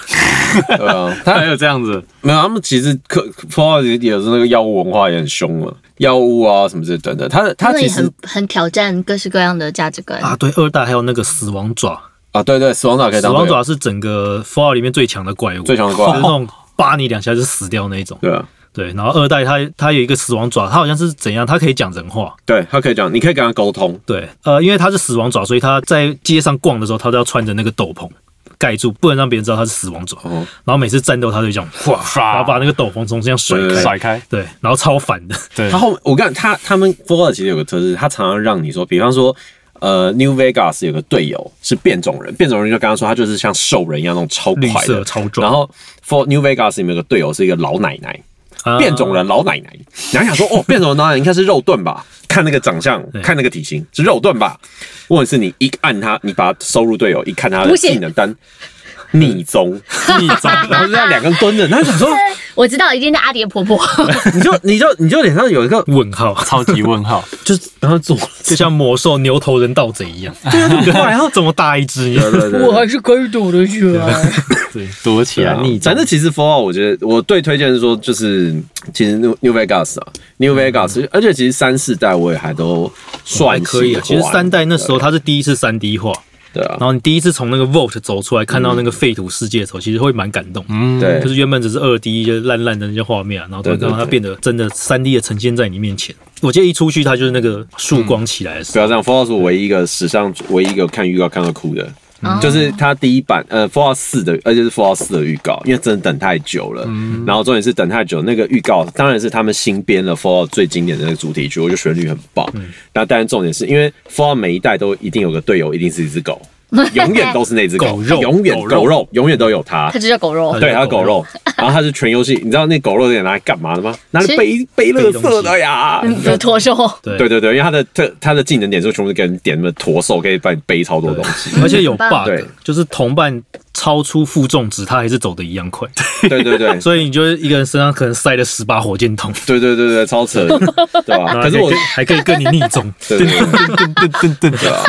[SPEAKER 3] 对啊，
[SPEAKER 2] 还
[SPEAKER 3] 他
[SPEAKER 2] 有这样子，
[SPEAKER 3] 没有他们其实科 Fallout 也是那个药物文化也很凶了，药物啊什么之类等等，他的他
[SPEAKER 4] 那
[SPEAKER 3] 其
[SPEAKER 4] 也
[SPEAKER 3] 实
[SPEAKER 4] 很很挑战各式各样的价值观。
[SPEAKER 1] 啊，对，二代还有那个死亡爪，
[SPEAKER 3] 啊对对，死亡爪可以
[SPEAKER 1] 死
[SPEAKER 3] 当
[SPEAKER 1] 亡
[SPEAKER 3] 队友
[SPEAKER 1] 爪是整个 Fallout 里面最强的怪物，
[SPEAKER 3] 最强的怪物
[SPEAKER 1] 就是那种扒你两下就死掉那一种。
[SPEAKER 3] 对啊。
[SPEAKER 1] 对，然后二代它它有一个死亡爪，它好像是怎样，它可以讲人话。
[SPEAKER 3] 对他可以讲，你可以跟他沟通，
[SPEAKER 1] 对，呃，因为它是死亡爪，所以它在街上逛的时候，它都要穿着那个斗篷盖住，不能让别人知道它是死亡爪。
[SPEAKER 3] 哦
[SPEAKER 1] 然后每次战斗，它就这样哗，
[SPEAKER 2] 唰
[SPEAKER 1] 然后把那个斗篷从身上甩
[SPEAKER 3] 对
[SPEAKER 1] 开。
[SPEAKER 2] 甩开，
[SPEAKER 1] 对，然后超烦
[SPEAKER 3] (laughs)
[SPEAKER 1] 的。
[SPEAKER 2] 对
[SPEAKER 3] 他，后我看他他们 f o r 其实有个特质，他常常让你说，比方说。呃，New Vegas 有个队友是变种人，变种人就刚刚说他就是像兽人一样那种超
[SPEAKER 1] 绿
[SPEAKER 3] 快
[SPEAKER 1] 色
[SPEAKER 3] 的，
[SPEAKER 1] 超壮，
[SPEAKER 3] 然后 For New Vegas 里面有个队友是一个老奶奶，
[SPEAKER 1] 后
[SPEAKER 3] 变种人老奶奶，然啊后想说哦，变种人老奶奶应该是肉盾吧？看那个长相，看那个体型是肉盾吧？问题是你一按他，你把他收入队友，一看他的
[SPEAKER 7] 不行
[SPEAKER 3] (laughs) 技能单。逆宗，逆宗，然后就这样两个人蹲着，然后想说，
[SPEAKER 4] 我知道，一定是阿蝶婆婆。
[SPEAKER 3] 你就你就你就脸上有一个，
[SPEAKER 1] 问号，
[SPEAKER 2] 超级问号，
[SPEAKER 3] 就是然后做了，
[SPEAKER 1] 就像魔兽牛头人盗贼一样。 (laughs) 对啊，很快啊，这么大一只。
[SPEAKER 3] 对对对对
[SPEAKER 4] 是可以躲得去 (laughs) 啊。
[SPEAKER 2] 躲起来啊逆
[SPEAKER 3] 反
[SPEAKER 2] 转
[SPEAKER 3] 正。其实 Fallout 我觉得我最推荐是说，就是其实 New New Vegas 啊，New Vegas，、而且其实三四代我也还都
[SPEAKER 1] 还
[SPEAKER 3] 算
[SPEAKER 1] 可以啊，其实三代那时候它是第一次三 D 化，
[SPEAKER 3] 对啊
[SPEAKER 1] 然，后你第一次从那个 Vault 走出来，看到那个废土世界的时候，其实会蛮感动。
[SPEAKER 2] 嗯，
[SPEAKER 3] 对
[SPEAKER 1] 就是原本只是二 D 就是烂烂的那些画面、啊，然后突然
[SPEAKER 3] 对对
[SPEAKER 1] 让它
[SPEAKER 3] 对
[SPEAKER 1] 变得真的三 D 的呈现在你面前。我记得一出去，它就是那个曙光起来的时
[SPEAKER 3] 不
[SPEAKER 1] 候，
[SPEAKER 3] 要这样，Fallout 是我唯一一个史上唯一一个看预告看到哭的。
[SPEAKER 4] 嗯
[SPEAKER 3] 就是它第一版，呃，Fallout 四的，而且是 Fallout 四的预告，因为真的等太久了。
[SPEAKER 1] 嗯
[SPEAKER 3] 然后重点是等太久，那个预告当然是他们新编了 Fallout 最经典的那个主题曲，我觉得旋律很棒。
[SPEAKER 1] 嗯
[SPEAKER 3] 那当然重点是因为 Fallout 每一代都一定有个队友，一定是一只狗，永远都是那只狗，
[SPEAKER 1] 狗肉
[SPEAKER 3] 永远
[SPEAKER 1] 狗肉
[SPEAKER 3] 狗肉，永远都有它
[SPEAKER 4] 它。就叫狗肉
[SPEAKER 1] 它，
[SPEAKER 3] 对，它是
[SPEAKER 1] 狗
[SPEAKER 3] 狗
[SPEAKER 1] 肉
[SPEAKER 3] 肉，然后它是全游戏，你知道那狗肉是拿来干嘛的吗？拿来
[SPEAKER 4] 其实
[SPEAKER 3] 背背
[SPEAKER 1] 背
[SPEAKER 3] 垃
[SPEAKER 1] 东西
[SPEAKER 3] 圾的呀。
[SPEAKER 4] 嗯有驼兽。
[SPEAKER 1] 对
[SPEAKER 3] 对对对，因为他的特他的技能点数全部是给人点什么驼兽，可以帮你背超多东西。
[SPEAKER 1] 而且有
[SPEAKER 4] 很棒
[SPEAKER 1] bug，
[SPEAKER 3] 对
[SPEAKER 1] 就是同伴超出负重值，它还是走的一样快，
[SPEAKER 3] 对对对，
[SPEAKER 1] 所以你就是一个人身上可能塞了十把火箭筒，
[SPEAKER 3] 对对对对，超扯的，对吧、
[SPEAKER 1] 然后
[SPEAKER 3] 可是我
[SPEAKER 1] 还，还可以跟你逆
[SPEAKER 3] (laughs)
[SPEAKER 1] 中，
[SPEAKER 3] 对对对 (laughs)
[SPEAKER 2] 对啊，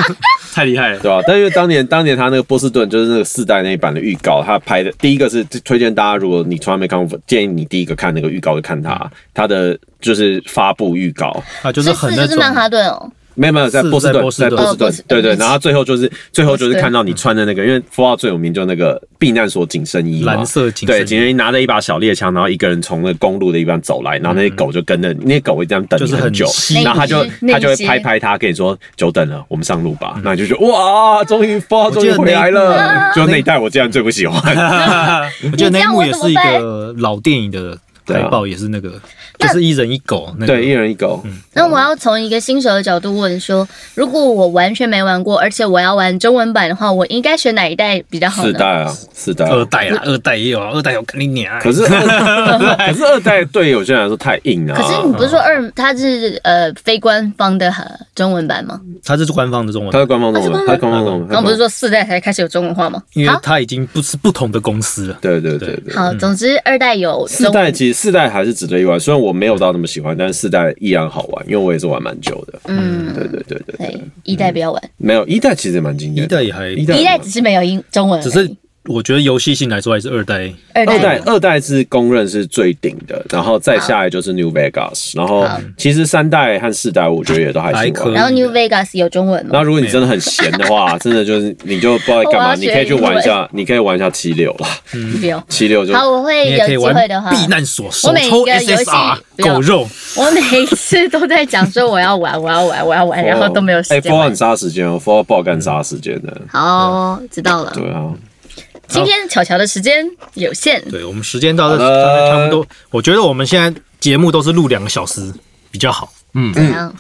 [SPEAKER 2] 太厉害了。
[SPEAKER 3] 对吧、但因为当年当年他那个波士顿就是那个四代那一版的预告，他拍的第一个是推荐大家，如果你从来没看过，建议你第一个看那个预告就看它，它的就是发布预告，
[SPEAKER 1] 啊，就是很
[SPEAKER 4] 这
[SPEAKER 1] 那
[SPEAKER 4] 次就
[SPEAKER 1] 种
[SPEAKER 4] 是曼哈顿哦，
[SPEAKER 3] 没有没有，在
[SPEAKER 1] 是
[SPEAKER 3] 波士
[SPEAKER 1] 在波
[SPEAKER 3] 顿，
[SPEAKER 1] 士顿
[SPEAKER 3] 在波士
[SPEAKER 4] 哦波
[SPEAKER 3] 顿
[SPEAKER 4] 士，
[SPEAKER 3] 对对，
[SPEAKER 4] 嗯
[SPEAKER 3] 然后最后就是最后就是
[SPEAKER 4] 波士顿
[SPEAKER 3] 看到你穿的那个，因为 Fallout 最有名就那个避难所紧身衣嘛，
[SPEAKER 1] 蓝色紧身衣
[SPEAKER 3] 对，紧身衣拿着一把小猎枪，然后一个人从那个公路的一方走来，然后那些狗就跟着，那些狗会这样等
[SPEAKER 1] 就
[SPEAKER 3] 你
[SPEAKER 1] 是很
[SPEAKER 3] 久
[SPEAKER 1] 稀，
[SPEAKER 3] 然后他就
[SPEAKER 4] 那一只
[SPEAKER 3] 他就会拍拍他，跟你说久等了，我们上路吧，那你就觉得哇，终于 Fallout 终于回来了，就那一代我竟然最不喜欢， (laughs)
[SPEAKER 1] 我记得那一幕
[SPEAKER 4] 你
[SPEAKER 1] 也
[SPEAKER 4] 这样我怎么
[SPEAKER 1] 是一个老电影的海报，也是那个，就是一人一狗那个。
[SPEAKER 3] 啊对，一人一狗，
[SPEAKER 4] 那我要从一个新手的角度问说，如果我完全没玩过，而且我要玩中文版的话，我应该选哪一代比较好
[SPEAKER 3] 四
[SPEAKER 4] 呢
[SPEAKER 3] 代？啊，四代啊，
[SPEAKER 1] 二代啊，二代也有啊，二代有肯定你啊。
[SPEAKER 3] 可是
[SPEAKER 4] (laughs)
[SPEAKER 3] 可是二代对有些人来说太硬了，啊
[SPEAKER 4] 可是你不是说二它是呃非官方的呃中文版吗？
[SPEAKER 1] 它是官方的中文
[SPEAKER 3] 他，是官方中文，他
[SPEAKER 4] 它
[SPEAKER 3] 是
[SPEAKER 4] 是
[SPEAKER 3] 官方中文，
[SPEAKER 4] 然后不是说四代才开始有中文化吗？
[SPEAKER 1] 因为
[SPEAKER 4] 好，
[SPEAKER 1] 它已经不是不同的公司了。
[SPEAKER 3] 对对对对。
[SPEAKER 4] 好，总之二代有
[SPEAKER 3] 四
[SPEAKER 4] 中
[SPEAKER 3] 代其实四代还是值得一玩，虽然我没有到那么喜欢，但是四代依然好玩，因为我也是玩蛮久的。
[SPEAKER 4] 嗯，
[SPEAKER 3] 对对对对对，
[SPEAKER 4] 对，一代不要玩，
[SPEAKER 3] 没有一代其实也蛮经
[SPEAKER 1] 一
[SPEAKER 3] 典，
[SPEAKER 1] 代也还，
[SPEAKER 3] 一代
[SPEAKER 4] 一代只是没有英中文而已，
[SPEAKER 1] 只是我觉得游戏性来说还是二代。
[SPEAKER 4] 二
[SPEAKER 3] 二代
[SPEAKER 4] 有
[SPEAKER 3] 二代是公认是最顶的，然后再下来就是 New Vegas，然后其实三代和四代我觉得也都还行
[SPEAKER 1] 还可以
[SPEAKER 3] 玩。
[SPEAKER 4] 然后 New Vegas 有中文
[SPEAKER 3] 那
[SPEAKER 4] 吗？
[SPEAKER 3] 如果你真的很闲的
[SPEAKER 4] (laughs)
[SPEAKER 3] 话，真的就是你就不知道干
[SPEAKER 4] 我
[SPEAKER 3] 嘛，
[SPEAKER 4] 要
[SPEAKER 3] 你可以去
[SPEAKER 4] 学英文
[SPEAKER 3] 玩一下，你可以玩一下七六啦，
[SPEAKER 4] 不要。
[SPEAKER 3] 七六就
[SPEAKER 4] 好，我
[SPEAKER 1] 你
[SPEAKER 4] 会
[SPEAKER 1] 也
[SPEAKER 4] 有
[SPEAKER 1] 可以
[SPEAKER 4] 机
[SPEAKER 1] 玩
[SPEAKER 4] 会的话，
[SPEAKER 1] 避难所，手
[SPEAKER 4] 我每一
[SPEAKER 1] 抽
[SPEAKER 4] 个游戏
[SPEAKER 1] SSR
[SPEAKER 4] 不要
[SPEAKER 1] 狗肉，
[SPEAKER 4] 我每一次都在讲说我要玩，我要玩，我要玩，然后都没有时
[SPEAKER 3] 哎
[SPEAKER 4] 间
[SPEAKER 3] ，Four
[SPEAKER 4] 玩
[SPEAKER 3] 很。杀时间哦，Four 爆干杀时间的，
[SPEAKER 4] 好哦，知道了。
[SPEAKER 3] 对啊，
[SPEAKER 4] 今天巧巧的时间有限，
[SPEAKER 1] 对我们时间到这，
[SPEAKER 3] 好的
[SPEAKER 1] 差不多。我觉得我们现在节目都是录两个小时比较好，
[SPEAKER 4] 怎样？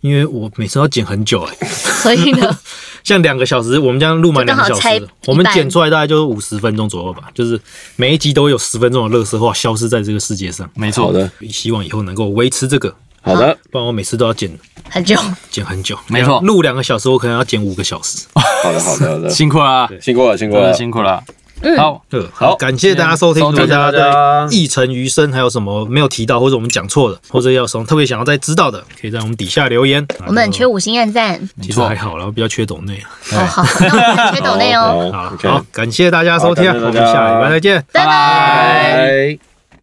[SPEAKER 1] 因为我每次都要剪很久哎、
[SPEAKER 4] 所以
[SPEAKER 1] (laughs)
[SPEAKER 4] 呢，
[SPEAKER 1] 像两个小时，我们这样录满两个小
[SPEAKER 4] 就刚好拆
[SPEAKER 1] 时
[SPEAKER 4] 一，
[SPEAKER 1] 我们剪出来大概就是五十分钟左右吧，就是每一集都有十分钟的乐色话消失在这个世界上。
[SPEAKER 2] 没
[SPEAKER 3] 好
[SPEAKER 2] 错，
[SPEAKER 3] 的
[SPEAKER 1] 希望以后能够维持这个，
[SPEAKER 3] 好的，
[SPEAKER 1] 不然我每次都要剪
[SPEAKER 4] 很久。
[SPEAKER 1] 剪很久。
[SPEAKER 2] 没错
[SPEAKER 1] 录两个小时，我可能要剪五个小时。
[SPEAKER 3] 好的好的好的，
[SPEAKER 2] 辛苦了啊，
[SPEAKER 3] 辛苦了辛苦
[SPEAKER 2] 真
[SPEAKER 3] 了
[SPEAKER 2] 的。辛苦了。好，
[SPEAKER 1] 对，好，感谢大家收听。
[SPEAKER 2] 收
[SPEAKER 1] 如
[SPEAKER 2] 听
[SPEAKER 1] 果大
[SPEAKER 3] 大
[SPEAKER 1] 家
[SPEAKER 3] 家
[SPEAKER 1] 对一城余生还有什么没有提到，或者我们讲错的，或者有什么特别想要再知道的，可以在我们底下留言。嗯
[SPEAKER 4] 我们很缺，五星暗赞，
[SPEAKER 1] 其实还好啦，我比较缺抖内啊。
[SPEAKER 4] 哦好，那我们很缺抖内
[SPEAKER 1] (laughs)
[SPEAKER 4] 哦，
[SPEAKER 1] 好了，
[SPEAKER 3] OK
[SPEAKER 1] 好，感谢大家收听啊，
[SPEAKER 3] 好
[SPEAKER 1] 我们
[SPEAKER 3] 感谢大家
[SPEAKER 1] 下礼拜再见。
[SPEAKER 4] 拜拜。
[SPEAKER 3] 拜。